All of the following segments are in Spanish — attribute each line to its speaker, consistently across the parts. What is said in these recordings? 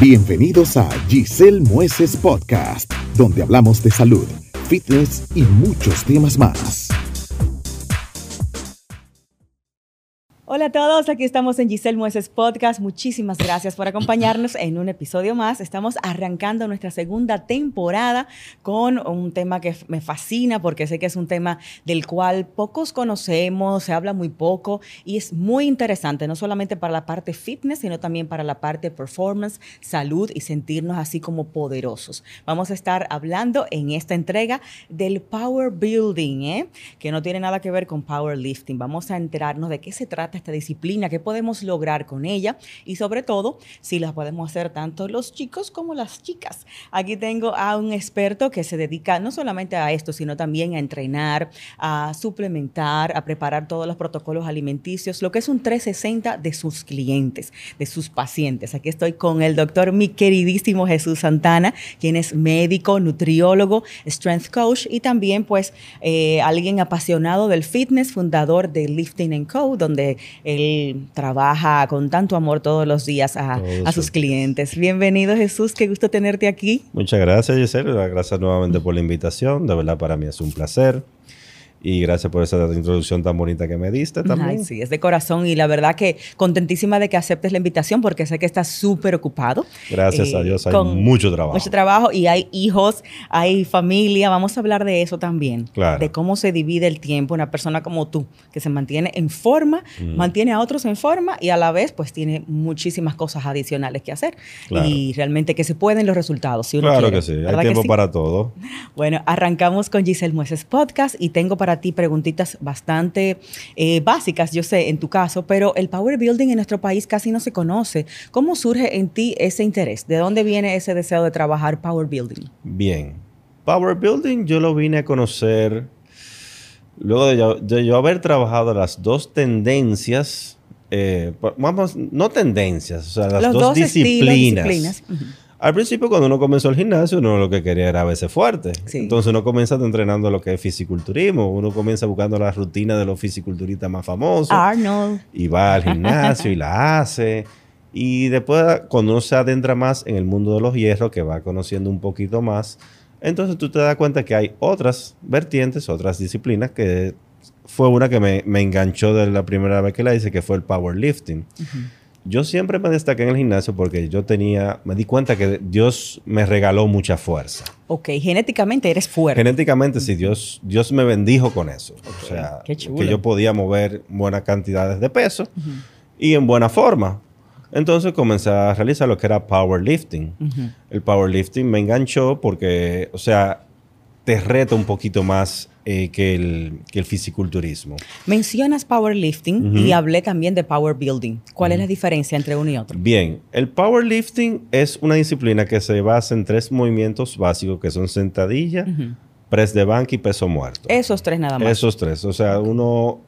Speaker 1: Bienvenidos a Giselle Mueces Podcast, donde hablamos de salud, fitness y muchos temas más.
Speaker 2: Hola a todos, aquí estamos en Giselle Mueces Podcast. Muchísimas gracias por acompañarnos en un episodio más. Estamos arrancando nuestra segunda temporada con un tema que me fascina porque sé que es un tema del cual pocos conocemos, se habla muy poco y es muy interesante, no solamente para la parte fitness, sino también para la parte performance, salud y sentirnos así como poderosos. Vamos a estar hablando en esta entrega del power building, ¿eh? que no tiene nada que ver con powerlifting. Vamos a enterarnos de qué se trata esta disciplina, qué podemos lograr con ella y sobre todo si la podemos hacer tanto los chicos como las chicas. Aquí tengo a un experto que se dedica no solamente a esto, sino también a entrenar, a suplementar, a preparar todos los protocolos alimenticios, lo que es un 360 de sus clientes, de sus pacientes. Aquí estoy con el doctor, mi queridísimo Jesús Santana, quien es médico, nutriólogo, strength coach y también pues eh, alguien apasionado del fitness, fundador de Lifting ⁇ Co., donde él trabaja con tanto amor todos los días a, a sus clientes. Bienvenido Jesús, qué gusto tenerte aquí.
Speaker 3: Muchas gracias, Giselle. Gracias nuevamente por la invitación. De verdad, para mí es un placer. Y gracias por esa introducción tan bonita que me diste también.
Speaker 2: Ay, sí, es de corazón y la verdad que contentísima de que aceptes la invitación porque sé que estás súper ocupado.
Speaker 3: Gracias a Dios, hay mucho trabajo.
Speaker 2: Eh, Mucho trabajo y hay hijos, hay familia. Vamos a hablar de eso también.
Speaker 3: Claro.
Speaker 2: De cómo se divide el tiempo. Una persona como tú, que se mantiene en forma,
Speaker 3: Mm.
Speaker 2: mantiene a otros en forma y a la vez, pues tiene muchísimas cosas adicionales que hacer.
Speaker 3: Claro.
Speaker 2: Y realmente que se pueden los resultados. Si uno
Speaker 3: claro
Speaker 2: quiere.
Speaker 3: que sí, hay
Speaker 2: ¿Verdad que
Speaker 3: tiempo
Speaker 2: sí?
Speaker 3: para todo.
Speaker 2: Bueno, arrancamos con Giselle Mueces Podcast y tengo para ti preguntitas bastante eh, básicas, yo sé, en tu caso, pero el power building en nuestro país casi no se conoce. ¿Cómo surge en ti ese interés? ¿De dónde viene ese deseo de trabajar power building?
Speaker 3: Bien. Power Building yo lo vine a conocer luego de yo, de yo haber trabajado las dos tendencias, eh, pa- vamos, no tendencias, o sea, las dos,
Speaker 2: estilos,
Speaker 3: disciplinas.
Speaker 2: disciplinas.
Speaker 3: Al principio cuando uno comenzó el gimnasio, uno lo que quería era verse fuerte.
Speaker 2: Sí.
Speaker 3: Entonces uno comienza entrenando lo que es fisiculturismo, uno comienza buscando la rutina de los fisiculturistas más famosos
Speaker 2: Ah. Arnold.
Speaker 3: y va al gimnasio y la hace. Y después, cuando uno se adentra más en el mundo de los hierros, que va conociendo un poquito más, entonces tú te das cuenta que hay otras vertientes, otras disciplinas, que fue una que me, me enganchó de la primera vez que la hice, que fue el powerlifting. Yo siempre me destaqué en el gimnasio porque yo tenía, me di cuenta que Dios me regaló mucha fuerza.
Speaker 2: Ok, genéticamente eres fuerte.
Speaker 3: Genéticamente, sí, Dios, Dios me bendijo con eso. O sea,
Speaker 2: Qué chulo.
Speaker 3: que yo podía mover buenas cantidades de peso
Speaker 2: Ujú,
Speaker 3: y en buena forma. Entonces comencé a realizar lo que era powerlifting.
Speaker 2: ujú.
Speaker 3: El powerlifting me enganchó porque, o sea, te reta un poquito más eh, que, el, que el fisiculturismo.
Speaker 2: Mencionas powerlifting
Speaker 3: Ujú.
Speaker 2: y hablé también de power building. ¿Cuál es la diferencia entre uno y otro?
Speaker 3: Bien, el powerlifting es una disciplina que se basa en tres movimientos básicos que son sentadilla,
Speaker 2: Ujú.
Speaker 3: press de banca y peso muerto.
Speaker 2: Esos tres nada más.
Speaker 3: Esos tres. O sea, uno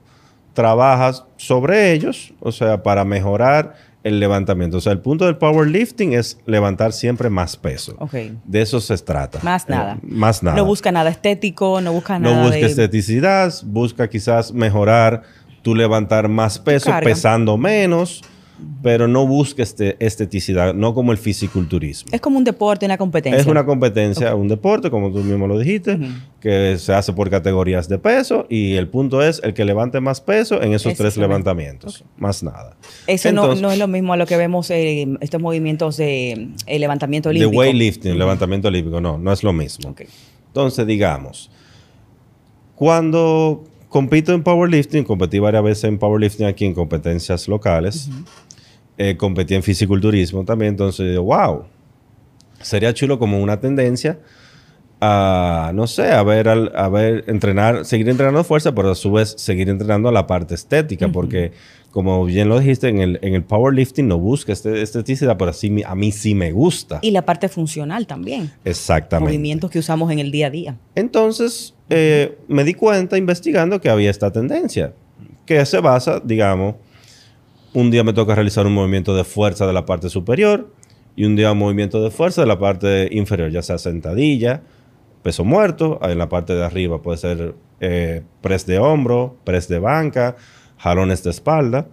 Speaker 3: trabaja sobre ellos, o sea, para mejorar el levantamiento. O sea, el punto del powerlifting es levantar siempre más peso.
Speaker 2: Ok.
Speaker 3: De eso se trata. Eh,
Speaker 2: Más nada.
Speaker 3: más nada.
Speaker 2: No busca nada estético, no busca
Speaker 3: No
Speaker 2: nada
Speaker 3: busca este-
Speaker 2: de...
Speaker 3: esteticidad, busca quizás mejorar tú levantar más peso
Speaker 2: carga.
Speaker 3: pesando menos, pero no busca este, esteticidad, no como el fisiculturismo.
Speaker 2: Es como un deporte, una competencia.
Speaker 3: Es una competencia, un deporte, como tú mismo lo dijiste,
Speaker 2: Ujú.
Speaker 3: que se hace por categorías de peso y el punto es el que levante más peso en esos
Speaker 2: Ese
Speaker 3: tres
Speaker 2: es el-
Speaker 3: levantamientos, más nada.
Speaker 2: Eso no-
Speaker 3: Entonces-
Speaker 2: no, es lo mismo a lo que vemos eh, estos movimientos de eh, levantamiento
Speaker 3: De
Speaker 2: olímpico.
Speaker 3: weightlifting, levantamiento olímpico, no, no es lo mismo.
Speaker 2: Ok.
Speaker 3: Entonces, digamos, cuando compito en powerlifting, competí varias veces en powerlifting aquí en competencias locales, eh, competí en fisiculturismo también, entonces, yo, wow, sería chulo como una tendencia a, no sé, a ver, al- a ver, entrenar, seguir entrenando fuerza, pero a su vez seguir entrenando la parte estética, porque como bien lo dijiste, en el, en el powerlifting no busca este- esteticidad, pero sí, me- a mí sí me gusta.
Speaker 2: Y la parte funcional también.
Speaker 3: Exactamente.
Speaker 2: Movimientos que usamos en el día a día.
Speaker 3: Entonces, eh, me di cuenta investigando que había esta tendencia, que se basa, digamos, un día me toca realizar un movimiento de fuerza de la parte superior y un día un movimiento de fuerza de la parte inferior, ya sea sentadilla, peso muerto, en la parte de arriba puede ser eh, press de hombro, press de banca, jalones de espalda.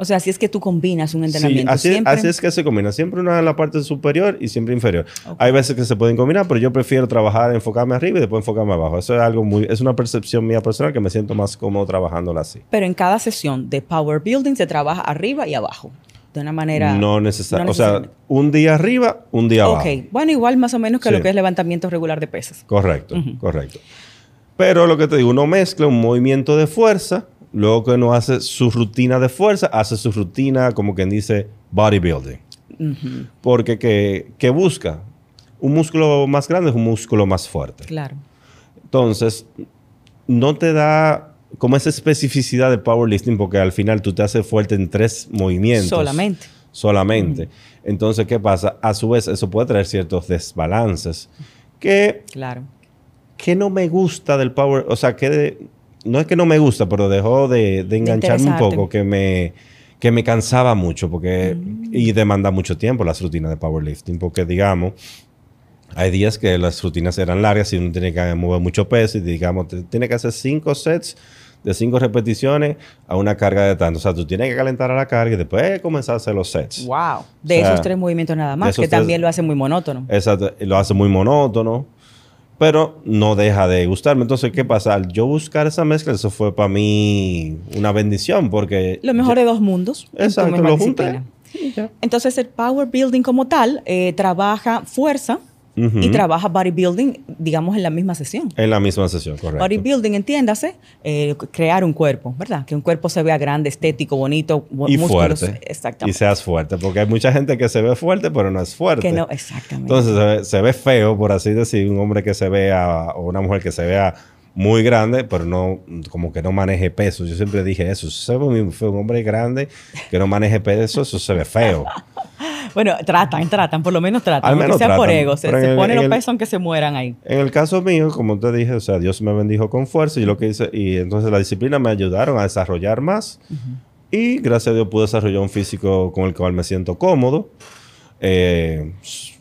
Speaker 2: O sea, así es que tú combinas un
Speaker 3: Sí,
Speaker 2: entrenamiento.
Speaker 3: así,
Speaker 2: siempre.
Speaker 3: así es que se combina. Siempre una en la parte superior y siempre inferior. Hay veces que se pueden combinar, pero yo prefiero trabajar, enfocarme arriba y después enfocarme abajo. Eso es algo muy, es una percepción mía personal que me siento más cómodo trabajándola así.
Speaker 2: Pero en cada sesión de Power Building se trabaja arriba y abajo. De una manera.
Speaker 3: no necesario.
Speaker 2: no
Speaker 3: o sea,
Speaker 2: necesariamente.
Speaker 3: un día arriba, un día abajo.
Speaker 2: Ok. Bueno, igual más o menos que lo
Speaker 3: Sí.
Speaker 2: que es levantamiento regular de pesas.
Speaker 3: Correcto, correcto. Pero lo que te digo, uno mezcla un movimiento de fuerza, luego que uno hace su rutina de fuerza, hace su rutina, como quien dice, bodybuilding. Porque que, que busca un músculo más grande es un músculo más fuerte.
Speaker 2: Claro.
Speaker 3: Entonces, no te da como esa especificidad de powerlifting porque al final tú te haces fuerte en tres movimientos.
Speaker 2: Solamente.
Speaker 3: Solamente. Entonces, ¿qué pasa? A su vez, eso puede traer ciertos desbalances que,
Speaker 2: Claro.
Speaker 3: que no me gusta del power, o sea, que de- no es que no me gusta, pero dejó de, de engancharme un
Speaker 2: interesarte.
Speaker 3: poco, que me, que me cansaba mucho porque, y demanda mucho tiempo las rutinas de powerlifting, porque digamos, hay días que las rutinas eran largas y uno tiene que mover mucho peso y digamos, te- tiene que hacer cinco sets de cinco repeticiones a una carga de tanto. O sea, tú tienes que calentar a la carga y después comenzar a hacer los sets.
Speaker 2: Wow. De
Speaker 3: O sea,
Speaker 2: esos tres movimientos nada
Speaker 3: de
Speaker 2: más,
Speaker 3: esos
Speaker 2: que
Speaker 3: tres-
Speaker 2: también lo hace muy monótono.
Speaker 3: Exacto, lo hace muy monótono, pero no deja de gustarme. Entonces, ¿qué pasa? Al yo buscar esa mezcla, eso fue para mí una bendición porque...
Speaker 2: Lo mejor de dos mundos. en tu
Speaker 3: Exacto,
Speaker 2: misma
Speaker 3: lo
Speaker 2: disciplina.
Speaker 3: junté.
Speaker 2: Entonces, el power building como tal eh, trabaja fuerza
Speaker 3: Ujú.
Speaker 2: y trabaja bodybuilding, digamos, en la misma sesión.
Speaker 3: En la misma sesión, correcto.
Speaker 2: Bodybuilding, entiéndase, eh, crear un cuerpo, ¿verdad? Que un cuerpo se vea grande, estético, bonito, bu-
Speaker 3: y
Speaker 2: músculos,
Speaker 3: fuerte. Y
Speaker 2: Exactamente.
Speaker 3: seas fuerte, porque hay mucha gente que se ve fuerte, pero no es fuerte.
Speaker 2: Que no, exactamente.
Speaker 3: Entonces se ve, se ve feo, por así decir, un hombre que se vea o una mujer que se vea muy grande, pero no como que no maneje peso. Yo siempre dije eso, se ve muy feo, un hombre grande que no maneje peso, eso se ve feo.
Speaker 2: bueno, tratan, tratan, por lo menos tratan.
Speaker 3: Al
Speaker 2: aunque
Speaker 3: menos
Speaker 2: sea por
Speaker 3: tratan,
Speaker 2: ego, se,
Speaker 3: pero en
Speaker 2: se
Speaker 3: el-
Speaker 2: ponen
Speaker 3: en
Speaker 2: los
Speaker 3: el-
Speaker 2: pesos aunque se mueran ahí.
Speaker 3: En el caso mío, como te dije, o sea, Dios me bendijo con fuerza y lo que hice, y entonces la disciplina me ayudaron a desarrollar más. Y gracias a Dios pude desarrollar un físico con el cual me siento cómodo. Eh, s-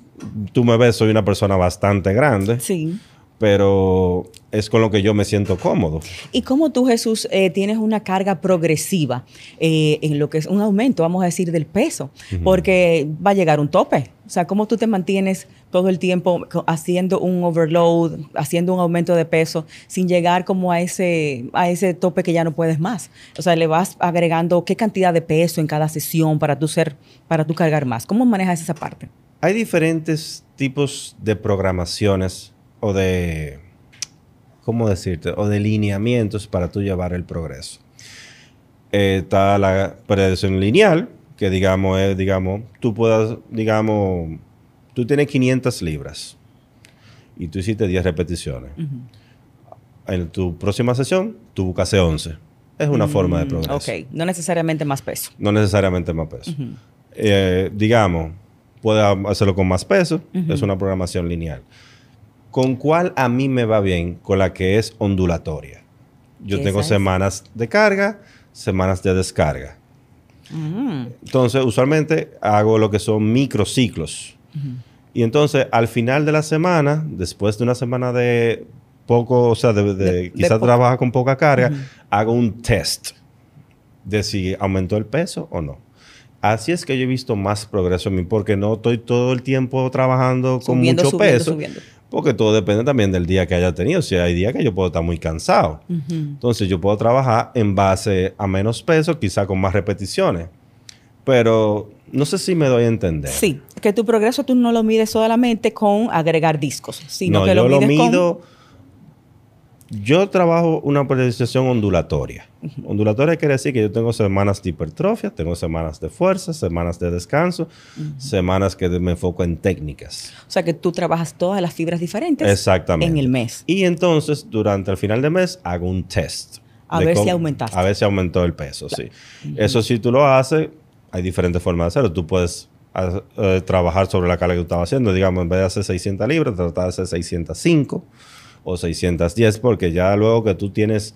Speaker 3: tú me ves, soy una persona bastante grande,
Speaker 2: Sí.
Speaker 3: pero es con lo que yo me siento cómodo.
Speaker 2: ¿Y cómo tú, Jesús, eh, tienes una carga progresiva eh, en lo que es un aumento, vamos a decir, del peso? Porque va a llegar un tope. O sea, ¿cómo tú te mantienes todo el tiempo co- haciendo un overload, haciendo un aumento de peso, sin llegar como a ese, a ese tope que ya no puedes más? O sea, le vas agregando qué cantidad de peso en cada sesión para tú ser, para tú cargar más. ¿Cómo manejas esa parte?
Speaker 3: Hay diferentes tipos de programaciones o de, ¿cómo decirte? O de lineamientos para tú llevar el progreso. Eh, está la progresión lineal, que digamos es, digamos, tú puedas, digamos, tú tienes 500 libras y tú hiciste 10 repeticiones. En tu próxima sesión, tú buscas 11. Es una forma de progreso.
Speaker 2: Mm, Ok, no necesariamente más peso.
Speaker 3: No necesariamente más peso. Eh, digamos, puede hacerlo con más peso. Es una programación lineal. ¿Con cuál a mí me va bien? Con la que es ondulatoria. Yo
Speaker 2: ¿Qué
Speaker 3: tengo
Speaker 2: es esa?
Speaker 3: semanas de carga, semanas de descarga.
Speaker 2: Mm,
Speaker 3: Entonces, usualmente hago lo que son microciclos. Y entonces, al final de la semana, después de una semana de poco, o sea, de, de-
Speaker 2: de
Speaker 3: quizás
Speaker 2: poca-
Speaker 3: trabaja con poca carga, hago un test de si aumentó el peso o no. Así es que yo he visto más progreso en mí, porque no estoy todo el tiempo trabajando con
Speaker 2: Subiendo,
Speaker 3: mucho
Speaker 2: subiendo,
Speaker 3: peso.
Speaker 2: subiendo.
Speaker 3: Porque todo depende también del día que haya tenido. Si hay días que yo puedo estar muy cansado. Entonces yo puedo trabajar en base a menos peso, quizá con más repeticiones. Pero no sé si me doy a entender.
Speaker 2: Sí, que tu progreso tú no lo mides solamente con agregar discos, sino
Speaker 3: no,
Speaker 2: que
Speaker 3: yo
Speaker 2: lo
Speaker 3: lo
Speaker 2: mides con-
Speaker 3: mido. Yo trabajo una periodización ondulatoria. Ondulatoria quiere decir que yo tengo semanas de hipertrofia, tengo semanas de fuerza, semanas de descanso, semanas que me enfoco en técnicas.
Speaker 2: o sea, que tú trabajas todas las fibras diferentes
Speaker 3: Exactamente.
Speaker 2: en el mes.
Speaker 3: Y entonces, durante el final del mes, hago un test.
Speaker 2: A
Speaker 3: de
Speaker 2: ver si
Speaker 3: cómo-
Speaker 2: aumentaste.
Speaker 3: A ver si aumentó el peso, sí. Eso si tú lo haces, hay diferentes formas de hacerlo. Tú puedes ha- eh, trabajar sobre la carga que tú estabas haciendo. Digamos, en vez de hacer 600 libras, tratar de hacer 605 o 610, porque ya luego que tú tienes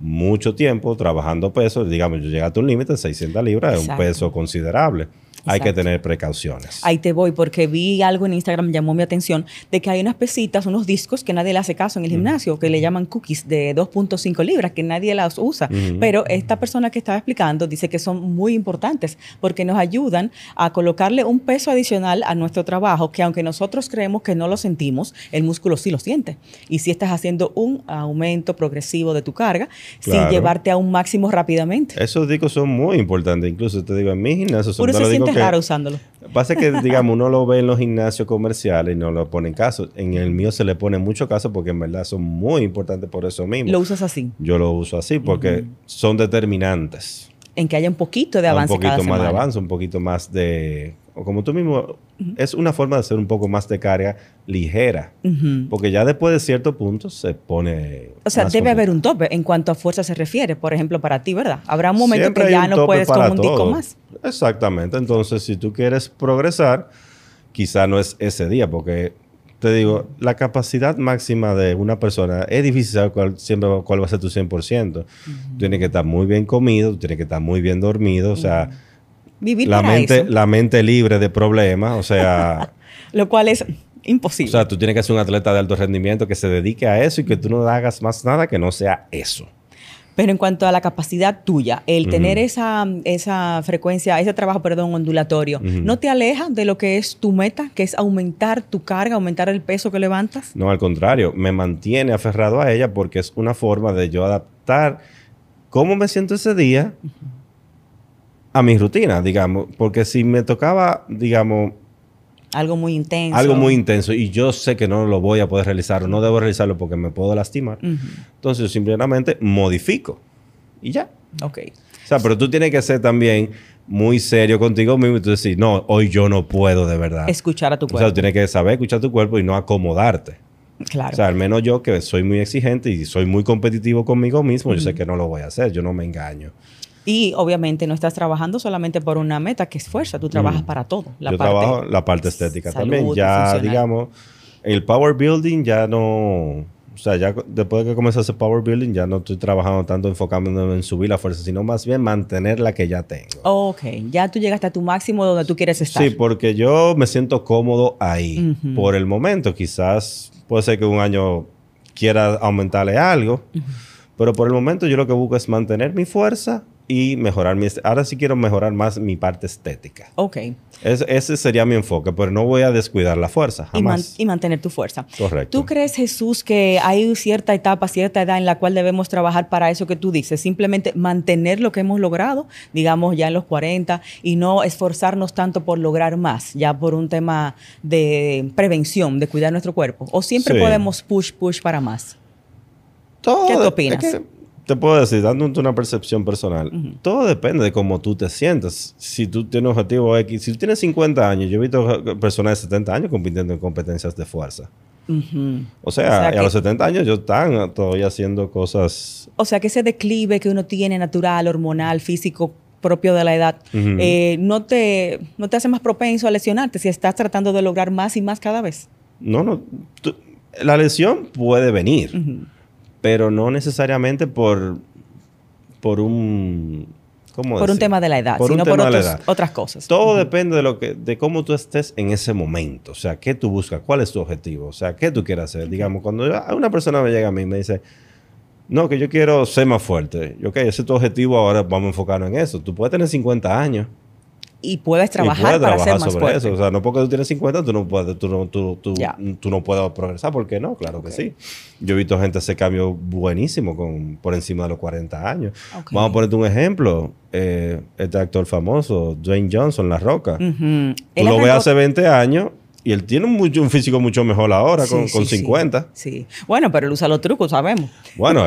Speaker 3: mucho tiempo trabajando peso, digamos, yo llegaste a un límite de 600 libras, es un
Speaker 2: Exacto.
Speaker 3: peso considerable. hay que
Speaker 2: Exacto.
Speaker 3: tener precauciones.
Speaker 2: Ahí te voy, porque vi algo en Instagram, llamó mi atención, de que hay unas pesitas, unos discos que nadie le hace caso en
Speaker 3: Mm.
Speaker 2: el gimnasio, que le llaman cookies de 2.5 libras, que nadie las usa.
Speaker 3: Ujú.
Speaker 2: Pero esta persona que estaba explicando dice que son muy importantes porque nos ayudan a colocarle un peso adicional a nuestro trabajo, que aunque nosotros creemos que no lo sentimos, el músculo sí lo siente. Y si estás haciendo un aumento progresivo de tu carga,
Speaker 3: Claro.
Speaker 2: sin llevarte a un máximo rápidamente.
Speaker 3: Esos discos son muy importantes. Incluso te digo, en mi gimnasio son
Speaker 2: Uno
Speaker 3: de
Speaker 2: se
Speaker 3: los discos
Speaker 2: siente
Speaker 3: que-
Speaker 2: raro usándolo.
Speaker 3: Pasa que, digamos, uno lo ve en los gimnasios comerciales y no lo ponen caso. En el mío se le pone mucho caso porque en verdad son muy importantes por eso mismo.
Speaker 2: Lo usas así,
Speaker 3: Yo lo uso así porque son determinantes.
Speaker 2: en que haya un poquito de avance
Speaker 3: un poquito
Speaker 2: cada
Speaker 3: más
Speaker 2: semana.
Speaker 3: de avance, un poquito más de... o como tú mismo, es una forma de hacer un poco más de carga ligera.
Speaker 2: Ujú.
Speaker 3: Porque ya después de cierto punto se pone...
Speaker 2: O sea,
Speaker 3: más
Speaker 2: debe haber
Speaker 3: complicado.
Speaker 2: un tope en cuanto a fuerza se refiere, por ejemplo, para ti, ¿verdad? Habrá un momento
Speaker 3: Siempre
Speaker 2: que
Speaker 3: hay
Speaker 2: ya
Speaker 3: un
Speaker 2: no
Speaker 3: tope
Speaker 2: puedes con
Speaker 3: para
Speaker 2: un disco
Speaker 3: todo.
Speaker 2: más.
Speaker 3: Exactamente. Entonces, si tú quieres progresar, quizá no es ese día, porque te digo, la capacidad máxima de una persona es difícil saber cuál, siempre va- cuál va a ser tu 100%. Tienes que estar muy bien comido, tienes que estar muy bien dormido, o sea,
Speaker 2: Vivir
Speaker 3: la,
Speaker 2: para
Speaker 3: mente,
Speaker 2: eso,
Speaker 3: la mente libre de problemas, o sea,
Speaker 2: lo cual es
Speaker 3: o
Speaker 2: imposible.
Speaker 3: sea, tú tienes que ser un atleta de alto rendimiento que se dedique a eso y que tú no hagas más nada que no sea eso.
Speaker 2: Pero en cuanto a la capacidad tuya, el
Speaker 3: Ujú.
Speaker 2: tener esa, esa frecuencia, ese trabajo, perdón, ondulatorio,
Speaker 3: Ujú.
Speaker 2: ¿no te aleja de lo que es tu meta, que es aumentar tu carga, aumentar el peso que levantas?
Speaker 3: No, al contrario, me mantiene aferrado a ella porque es una forma de yo adaptar cómo me siento ese día a mi rutina, digamos. Porque si me tocaba, digamos,
Speaker 2: Algo muy intenso.
Speaker 3: algo muy intenso y yo sé que no lo voy a poder realizar o no debo realizarlo porque me puedo lastimar,
Speaker 2: Ujú.
Speaker 3: entonces yo simplemente modifico y ya.
Speaker 2: Ok.
Speaker 3: O sea, pero tú tienes que ser también muy serio contigo mismo y tú decir, no, hoy yo no puedo de verdad.
Speaker 2: Escuchar a tu
Speaker 3: Ah. o sea,
Speaker 2: cuerpo.
Speaker 3: tú tienes que saber escuchar tu cuerpo y no acomodarte.
Speaker 2: claro.
Speaker 3: O sea, al menos yo que soy muy exigente y soy muy competitivo conmigo mismo, yo sé que no lo voy a hacer, yo no me engaño.
Speaker 2: y obviamente no estás trabajando solamente por una meta que es fuerza, tú trabajas
Speaker 3: Mm.
Speaker 2: para todo.
Speaker 3: yo trabajo la parte estética
Speaker 2: salud,
Speaker 3: también. Ya,
Speaker 2: funcional.
Speaker 3: digamos, el power building ya no... O sea, ya co- después de que comencé a hacer power building, ya no estoy trabajando tanto enfocándome en subir la fuerza, sino más bien mantener la que ya tengo.
Speaker 2: Ok, ya tú llegaste a tu máximo donde tú quieres estar.
Speaker 3: Sí, pues, porque yo me siento cómodo ahí
Speaker 2: Ujú.
Speaker 3: por el momento. Quizás puede ser que un año quiera aumentarle algo, pero por el momento yo lo que busco es mantener mi fuerza y mejorar mi... est- Ahora sí quiero mejorar más mi parte estética.
Speaker 2: Ok,
Speaker 3: Es- ese sería mi enfoque, pero no voy a descuidar la fuerza,
Speaker 2: y, man-
Speaker 3: jamás.
Speaker 2: y mantener tu fuerza.
Speaker 3: Correcto.
Speaker 2: ¿Tú crees, Jesús, que hay cierta etapa, cierta edad en la cual debemos trabajar para eso que tú dices? Simplemente mantener lo que hemos logrado, digamos ya en los 40, y no esforzarnos tanto por lograr más, ya por un tema de prevención, de cuidar nuestro cuerpo. ¿O siempre
Speaker 3: Sí.
Speaker 2: podemos push, push para más?
Speaker 3: Todo
Speaker 2: ¿Qué tú
Speaker 3: de-
Speaker 2: opinas?
Speaker 3: es que te puedo decir, dándote una percepción personal, todo depende de cómo tú te sientas. Si tú tienes objetivo X, si tú tienes 50 años, yo he visto eh, personas de 70 años compitiendo en competencias de fuerza.
Speaker 2: Ujú.
Speaker 3: O sea,
Speaker 2: O sea
Speaker 3: a
Speaker 2: que-
Speaker 3: los 70 años yo están todavía haciendo cosas
Speaker 2: O sea, que ese declive que uno tiene natural, hormonal, físico, propio de la edad,
Speaker 3: Ujú.
Speaker 2: eh, no, te, no te hace más propenso a lesionarte si estás tratando de lograr más y más cada vez.
Speaker 3: No, no. tú- la lesión puede venir, pero no necesariamente por, por un... ¿cómo
Speaker 2: Por un
Speaker 3: decir?
Speaker 2: tema de la edad,
Speaker 3: Por un
Speaker 2: sino por
Speaker 3: tema de la
Speaker 2: otros-
Speaker 3: edad.
Speaker 2: otras cosas.
Speaker 3: Todo depende de, lo que, de cómo tú estés en ese momento. O sea, qué tú buscas, cuál es tu objetivo, o sea, qué tú quieres hacer. Digamos, cuando yo- una persona me llega a mí y me dice, no, que yo quiero ser más fuerte. Yo, ok, ese es tu objetivo, ahora vamos a enfocarnos en eso. Tú puedes tener 50 años.
Speaker 2: Y puedes
Speaker 3: y puedes
Speaker 2: trabajar para
Speaker 3: trabajar
Speaker 2: ser más
Speaker 3: sobre
Speaker 2: fuerte.
Speaker 3: eso. O sea, no porque tú tienes 50, tú no puedes, tú no, tú, tú-
Speaker 2: Ya.
Speaker 3: tú no puedes progresar. ¿Por qué no? Claro
Speaker 2: Ok.
Speaker 3: que sí. Yo he visto gente hacer cambios buenísimos con, por encima de los 40 años.
Speaker 2: Ok.
Speaker 3: Vamos a ponerte un ejemplo. Eh, este actor famoso, Dwayne Johnson, La Roca.
Speaker 2: Ujú.
Speaker 3: Tú
Speaker 2: Él
Speaker 3: lo ves
Speaker 2: arrancó-
Speaker 3: hace 20 años y él tiene un, mucho- un físico mucho mejor ahora,
Speaker 2: Sí,
Speaker 3: con,
Speaker 2: sí,
Speaker 3: con
Speaker 2: sí.
Speaker 3: 50.
Speaker 2: Sí. Bueno, pero él usa los trucos, sabemos.
Speaker 3: Bueno,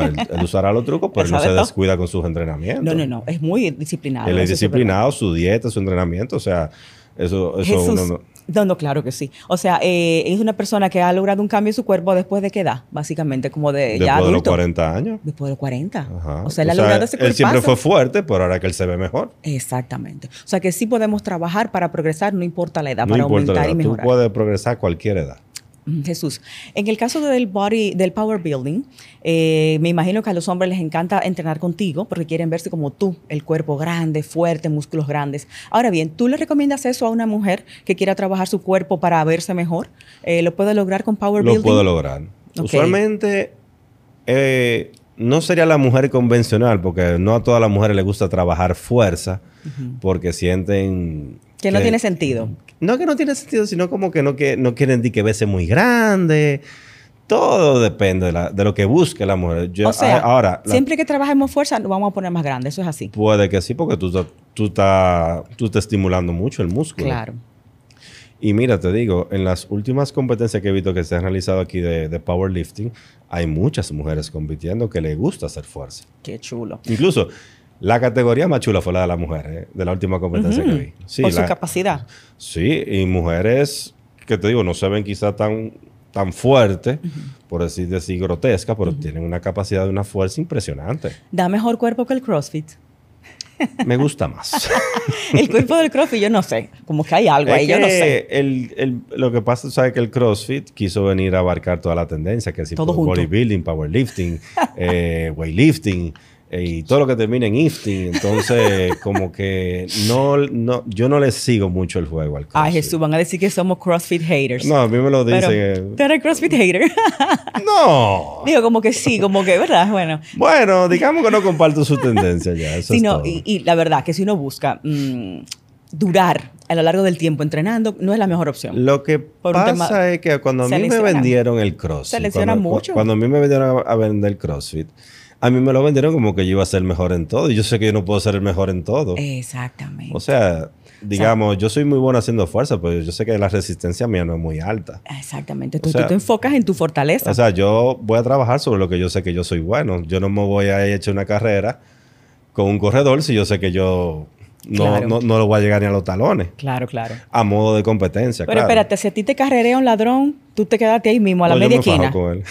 Speaker 3: él, él usará los trucos, pero
Speaker 2: Él
Speaker 3: no
Speaker 2: sabe
Speaker 3: se
Speaker 2: todo.
Speaker 3: descuida con sus entrenamientos.
Speaker 2: No, no, no. Es muy disciplinado.
Speaker 3: Él
Speaker 2: eso
Speaker 3: es
Speaker 2: verdad.
Speaker 3: disciplinado, su dieta, su entrenamiento, o sea, eso, eso
Speaker 2: Jesús.
Speaker 3: uno no...
Speaker 2: No, no, claro que sí. O sea, eh, es una persona que ha logrado un cambio en su cuerpo después de qué edad, básicamente, como de
Speaker 3: Después
Speaker 2: ya
Speaker 3: de los
Speaker 2: adulto.
Speaker 3: 40 años.
Speaker 2: Después de los 40.
Speaker 3: Ajá.
Speaker 2: O sea, él ha logrado ese
Speaker 3: Él siempre
Speaker 2: cuerpazo.
Speaker 3: fue fuerte, pero ahora que él se ve mejor.
Speaker 2: Exactamente. O sea, que sí podemos trabajar para progresar, no importa la edad,
Speaker 3: No
Speaker 2: para
Speaker 3: importa la
Speaker 2: aumentar y
Speaker 3: edad. Tú
Speaker 2: mejorar.
Speaker 3: puedes progresar a cualquier edad.
Speaker 2: Jesús, en el caso del body, del power building, eh, me imagino que a los hombres les encanta entrenar contigo porque quieren verse como tú, el cuerpo grande, fuerte, músculos grandes. Ahora bien, ¿tú le recomiendas eso a una mujer que quiera trabajar su cuerpo para verse mejor? Eh, ¿Lo puede lograr con power
Speaker 3: Lo
Speaker 2: building?
Speaker 3: puedo lograr.
Speaker 2: Ok.
Speaker 3: Usualmente eh, no sería la mujer convencional, porque no a todas las mujeres les gusta trabajar fuerza, porque sienten...
Speaker 2: Que no tiene sentido.
Speaker 3: No que no tiene sentido, sino como que no, que, no quieren ni que veces muy grande. Todo depende de, la- de lo que busque la mujer. Yo-
Speaker 2: o sea,
Speaker 3: a- ahora, la-
Speaker 2: siempre que trabajemos fuerza, nos vamos a poner más grandes. Eso es así.
Speaker 3: puede que sí, porque tú, ta- tú, ta- tú estás estimulando mucho el músculo.
Speaker 2: Claro.
Speaker 3: Y mira, te digo, en las últimas competencias que he visto que se han realizado aquí de, de powerlifting, hay muchas mujeres compitiendo que les gusta hacer fuerza.
Speaker 2: Qué chulo.
Speaker 3: Incluso la categoría más chula fue la de la mujer, ¿eh? de la última competencia que vi. Sí,
Speaker 2: Por su
Speaker 3: la-
Speaker 2: capacidad.
Speaker 3: sí, y mujeres que te digo, no se ven quizá tan, tan fuerte, por decir, decir grotesca, pero tienen una capacidad de una fuerza impresionante.
Speaker 2: Da mejor cuerpo que el CrossFit.
Speaker 3: Me gusta más.
Speaker 2: El cuerpo del CrossFit, yo no sé. Como que hay algo ahí,
Speaker 3: Es
Speaker 2: yo no
Speaker 3: que
Speaker 2: sé.
Speaker 3: el- el- lo que pasa, sabes que el CrossFit quiso venir a abarcar toda la tendencia, que si
Speaker 2: Todo
Speaker 3: por
Speaker 2: junto.
Speaker 3: bodybuilding, powerlifting, eh, weightlifting eh, y todo lo que termina en lifting. Entonces, como que no, no, yo no le sigo mucho el juego al CrossFit.
Speaker 2: Ay, Jesús, van a decir que somos CrossFit haters.
Speaker 3: No, a mí me lo dicen. Ah.
Speaker 2: Pero,
Speaker 3: eh,
Speaker 2: tú eres CrossFit hater.
Speaker 3: no.
Speaker 2: Digo, como que sí, como que, ¿verdad? Bueno.
Speaker 3: Bueno, digamos que no comparto su tendencia ya. Eso es
Speaker 2: sino,
Speaker 3: todo.
Speaker 2: y, y la verdad que si uno busca mm, durar a lo largo del tiempo entrenando, no es la mejor opción.
Speaker 3: Lo que
Speaker 2: Por un tema-
Speaker 3: pasa es que cuando a
Speaker 2: se
Speaker 3: mí me
Speaker 2: lesiona.
Speaker 3: vendieron el CrossFit.
Speaker 2: Se lesiona
Speaker 3: cuando, cu-
Speaker 2: mucho.
Speaker 3: Cuando a mí me vendieron a, a vender CrossFit, a mí me lo vendieron como que yo iba a ser el mejor en todo. Y yo sé que yo no puedo ser el mejor en todo.
Speaker 2: Eh, Exactamente.
Speaker 3: O sea, digamos, yo soy muy bueno haciendo fuerza, pero yo sé que la resistencia mía no es muy alta.
Speaker 2: Exactamente. Tú,
Speaker 3: o sea-
Speaker 2: tú te enfocas en tu fortaleza.
Speaker 3: O sea, yo voy a trabajar sobre lo que yo sé que yo soy bueno. Yo no me voy a echar una carrera con un corredor si yo sé que yo no,
Speaker 2: Claro.
Speaker 3: no, no lo voy a llegar ni a los talones.
Speaker 2: claro, claro.
Speaker 3: A modo de competencia,
Speaker 2: Pero
Speaker 3: claro.
Speaker 2: espérate, si a ti te carrerea un ladrón, tú te quedaste ahí mismo, a la
Speaker 3: No, yo
Speaker 2: media
Speaker 3: me fajo
Speaker 2: esquina.
Speaker 3: con él.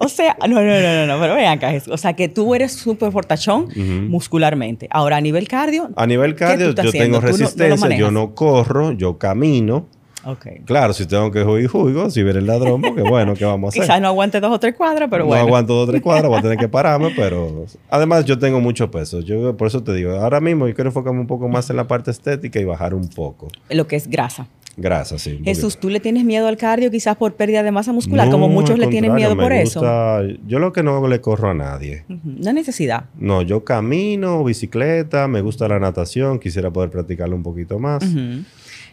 Speaker 2: O sea, no, no, no, no, no, pero vean acá, Jesús. O sea, que tú eres súper fortachón muscularmente. Ahora, a nivel cardio.
Speaker 3: A nivel
Speaker 2: ¿qué tú
Speaker 3: cardio,
Speaker 2: estás
Speaker 3: yo
Speaker 2: haciendo?
Speaker 3: tengo
Speaker 2: Tú no- no lo
Speaker 3: resistencia, yo
Speaker 2: manejas.
Speaker 3: no corro, yo camino.
Speaker 2: Ok.
Speaker 3: Claro, si tengo que jugar, juego, si viene el ladrón, porque bueno, ¿qué vamos a hacer?
Speaker 2: Quizás no aguante dos o tres cuadras, pero
Speaker 3: no
Speaker 2: bueno.
Speaker 3: aguanto dos o tres cuadras, voy a tener que pararme, pero además yo tengo mucho peso. Yo por eso te digo, ahora mismo yo quiero enfocarme un poco más en la parte estética y bajar un poco.
Speaker 2: Lo que es grasa.
Speaker 3: Grasa, sí. un
Speaker 2: Jesús,
Speaker 3: poquito.
Speaker 2: ¿tú le tienes miedo al cardio quizás por pérdida de masa muscular?
Speaker 3: No,
Speaker 2: como muchos
Speaker 3: al
Speaker 2: le tienen
Speaker 3: contrario,
Speaker 2: miedo
Speaker 3: me
Speaker 2: por eso.
Speaker 3: gusta- Yo lo que no le corro a nadie.
Speaker 2: Ujú, No hay necesidad.
Speaker 3: No, yo camino, bicicleta, me gusta la natación, quisiera poder practicarlo un poquito más.
Speaker 2: Ujú.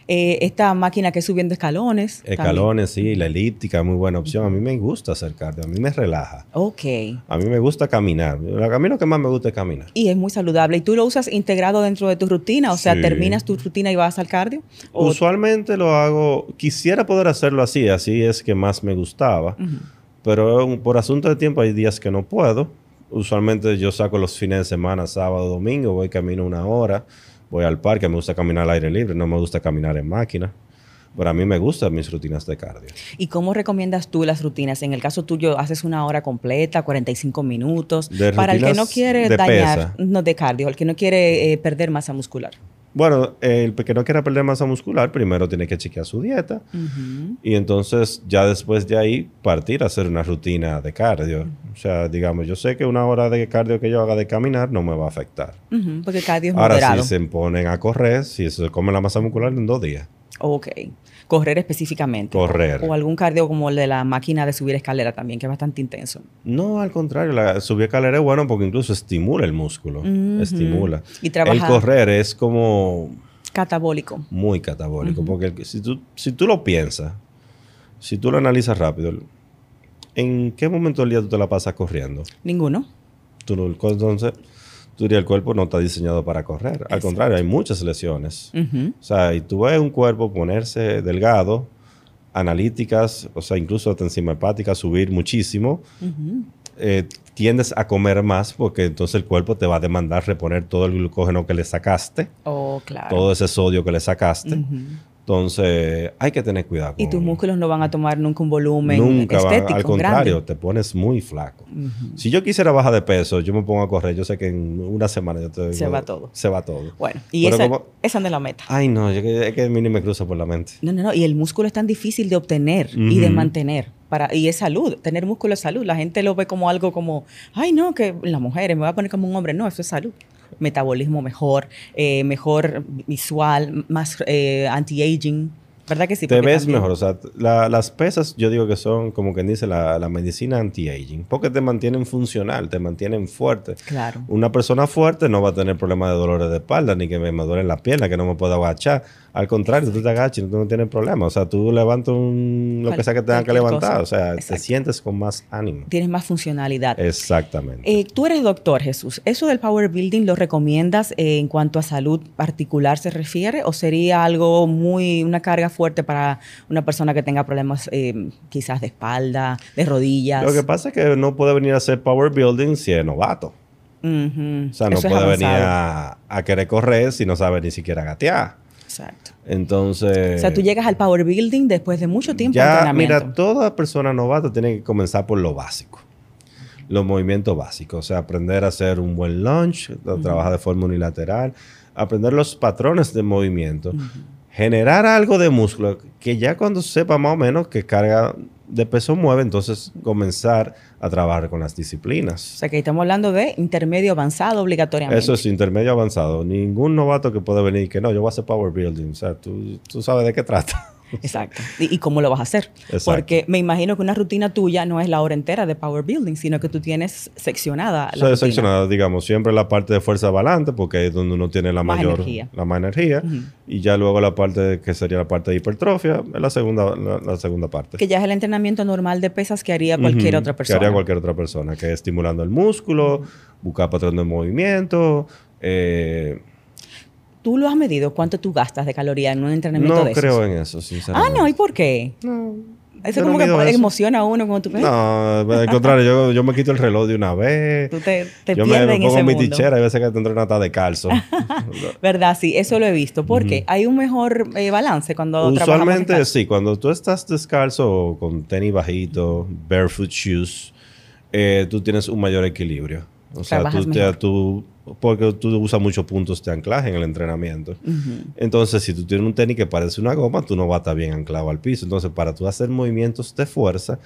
Speaker 2: Eh, esta máquina que es subiendo escalones. también.
Speaker 3: Escalones, sí, la elíptica, muy buena opción. A mí me gusta hacer cardio, a mí me relaja.
Speaker 2: Ok.
Speaker 3: A mí me gusta caminar. A mí lo que más me gusta es caminar.
Speaker 2: Y es muy saludable. ¿Y tú lo usas integrado dentro de tu rutina? O sea,
Speaker 3: Sí.
Speaker 2: terminas tu rutina y vas al cardio. O-
Speaker 3: Usualmente lo hago, quisiera poder hacerlo así, así es que más me gustaba,
Speaker 2: Ujú.
Speaker 3: pero un- por asunto de tiempo hay días que no puedo. Usualmente yo saco los fines de semana, sábado, domingo, voy camino una hora, voy al parque, me gusta caminar al aire libre, no me gusta caminar en máquina, pero a mí me gustan mis rutinas de cardio.
Speaker 2: ¿Y cómo recomiendas tú las rutinas? En el caso tuyo, haces una hora completa, 45 minutos.
Speaker 3: De
Speaker 2: para el que no
Speaker 3: rutinas
Speaker 2: quiere
Speaker 3: de
Speaker 2: dañar,
Speaker 3: pesa.
Speaker 2: no de cardio, el que no quiere eh, perder masa muscular.
Speaker 3: Bueno, el que no quiera perder masa muscular, primero tiene que chequear su dieta,
Speaker 2: Ujú.
Speaker 3: Y entonces ya después de ahí partir a hacer una rutina de cardio. O sea, digamos, yo sé que una hora de cardio que yo haga de caminar no me va a afectar.
Speaker 2: Ujú, Porque el cardio es
Speaker 3: Ahora
Speaker 2: moderado.
Speaker 3: si se ponen a correr, si se come la masa muscular en dos días.
Speaker 2: Ok. Correr específicamente.
Speaker 3: Correr.
Speaker 2: O algún cardio como el de la máquina de subir escalera también, que es bastante intenso.
Speaker 3: No, al contrario, la subir escalera es bueno porque incluso estimula el músculo,
Speaker 2: Ujú.
Speaker 3: estimula.
Speaker 2: Y trabaja-
Speaker 3: El correr es como
Speaker 2: Catabólico.
Speaker 3: muy catabólico, porque el- si tú, si tú lo piensas, si tú lo analizas rápido, ¿en qué momento del día tú te la pasas corriendo?
Speaker 2: Ninguno.
Speaker 3: Tú no- entonces, tú dirías, el cuerpo no está diseñado para correr. Al contrario, hay muchas lesiones.
Speaker 2: Ujú.
Speaker 3: O sea, y tú ves un cuerpo ponerse delgado, analíticas, o sea, incluso hasta enzima hepática subir muchísimo. eh, tiendes a comer más porque entonces el cuerpo te va a demandar reponer todo este el glucógeno que le sacaste,
Speaker 2: Oh, claro.
Speaker 3: todo ese sodio que le sacaste.
Speaker 2: Ujú.
Speaker 3: Entonces, hay que tener cuidado.
Speaker 2: Y
Speaker 3: con-
Speaker 2: tus músculos no van a tomar nunca un volumen
Speaker 3: Oh. Nunca van-
Speaker 2: estético.
Speaker 3: al contrario,
Speaker 2: grande.
Speaker 3: te pones muy flaco.
Speaker 2: Ujú.
Speaker 3: Si yo quisiera bajar de peso, yo me pongo a correr. Yo sé que en una semana yo te
Speaker 2: Se va todo.
Speaker 3: Se va todo.
Speaker 2: Bueno, y
Speaker 3: Pero
Speaker 2: esa,
Speaker 3: como-
Speaker 2: esa no es la meta.
Speaker 3: Ay, no, yo que- es que a mí ni me cruza por la mente.
Speaker 2: No, no, no. Y el músculo es tan difícil de obtener y de
Speaker 3: Ujú.
Speaker 2: mantener. Para, y es salud. Tener músculo es salud. La gente lo ve como algo como, ay, no, que las mujeres me va a poner como un hombre. No, eso es salud. Metabolismo mejor, eh, mejor visual, más eh, anti-aging. ¿Verdad que sí?
Speaker 3: te
Speaker 2: Porque
Speaker 3: ves
Speaker 2: también-
Speaker 3: mejor. O sea, la- las pesas yo digo que son, como quien dice, la, la medicina anti-aging. Porque te mantienen funcional, te mantienen fuerte.
Speaker 2: Claro.
Speaker 3: Una persona fuerte no va a tener problemas de dolores de espalda, ni que me, me duelen las piernas, que no me puedo agachar. Al contrario, tú te agachas y tú no tienes problema. O sea, tú levantas un- lo
Speaker 2: Cual-
Speaker 3: que sea que tengas que
Speaker 2: cualquier cosa.
Speaker 3: levantar. O sea, te
Speaker 2: Exacto.
Speaker 3: sientes con más ánimo.
Speaker 2: Tienes más funcionalidad.
Speaker 3: Exactamente.
Speaker 2: Eh, tú eres doctor, Jesús. ¿Eso del power building lo recomiendas eh, en cuanto a salud particular se refiere? ¿O sería algo muy, una carga fuerte para una persona que tenga problemas eh, quizás de espalda, de rodillas?
Speaker 3: Lo que pasa es que no puede venir a hacer power building si es novato.
Speaker 2: Ujú.
Speaker 3: O sea, no
Speaker 2: Eso es
Speaker 3: puede venir
Speaker 2: avanzado.
Speaker 3: a, a querer correr si no sabe ni siquiera gatear.
Speaker 2: Exacto.
Speaker 3: Entonces.
Speaker 2: O sea, tú llegas al power building después de mucho tiempo de
Speaker 3: eh, Ya,
Speaker 2: entrenamiento.
Speaker 3: mira, toda persona novata tiene que comenzar por lo básico. Los movimientos básicos. O sea, aprender a hacer un buen lunge, a trabajar de forma unilateral, aprender los patrones de movimiento, generar algo de músculo que ya cuando sepa más o menos que carga de peso mueve, entonces comenzar a trabajar con las
Speaker 2: O
Speaker 3: disciplinas.
Speaker 2: sea, que estamos hablando de intermedio avanzado obligatoriamente.
Speaker 3: Eso es intermedio avanzado. Ningún novato que pueda venir que no, yo voy a hacer power building. O sea, tú, tú sabes de qué trata.
Speaker 2: Exacto. Y, y cómo lo vas a hacer?
Speaker 3: Exacto.
Speaker 2: Porque me imagino que una rutina tuya no es la hora entera de power building, sino que tú tienes seccionada la
Speaker 3: Se
Speaker 2: rutina.
Speaker 3: decepcionada, digamos, siempre la parte de fuerza balante, porque es donde uno tiene la
Speaker 2: Más
Speaker 3: mayor
Speaker 2: energía.
Speaker 3: la más energía,
Speaker 2: Ujú.
Speaker 3: y ya luego la parte de- que sería la parte de hipertrofia, es la segunda la, la segunda parte.
Speaker 2: Que ya es el entrenamiento normal de pesas que haría cualquier
Speaker 3: Ujú,
Speaker 2: otra persona.
Speaker 3: Que haría cualquier otra persona, que es estimulando el músculo, buscar patrón de movimiento, eh,
Speaker 2: ¿Tú lo has medido? ¿Cuánto tú gastas de caloría en un entrenamiento
Speaker 3: no
Speaker 2: de esos?
Speaker 3: creo en eso,
Speaker 2: Ah,
Speaker 3: sinceramente.
Speaker 2: no, ¿y por qué? Eso
Speaker 3: yo
Speaker 2: como
Speaker 3: no
Speaker 2: que pues,
Speaker 3: mido eso.
Speaker 2: emociona a uno cuando tú ves.
Speaker 3: No, al contrario, yo, yo me quito el reloj de una vez.
Speaker 2: Tú te, te
Speaker 3: yo
Speaker 2: pierdes
Speaker 3: me, me
Speaker 2: en
Speaker 3: pongo
Speaker 2: ese
Speaker 3: mi
Speaker 2: mundo.
Speaker 3: tichera, hay veces que tendré una tata de calzo.
Speaker 2: ¿Verdad? Sí, eso lo he visto. ¿Por qué? Hay un mejor eh, balance cuando trabajamos
Speaker 3: Usualmente
Speaker 2: descalzo.
Speaker 3: sí, cuando tú estás descalzo o con tenis bajito, barefoot shoes, eh, tú tienes un mayor equilibrio. O sea,
Speaker 2: Trabajas
Speaker 3: tú, te-
Speaker 2: mejor.
Speaker 3: tú- porque tú usas muchos puntos de anclaje en el entrenamiento.
Speaker 2: Ujú.
Speaker 3: Entonces, si tú tienes un tenis que parece una goma, tú no vas a estar bien anclado al piso. Entonces, para tú hacer movimientos de fuerza,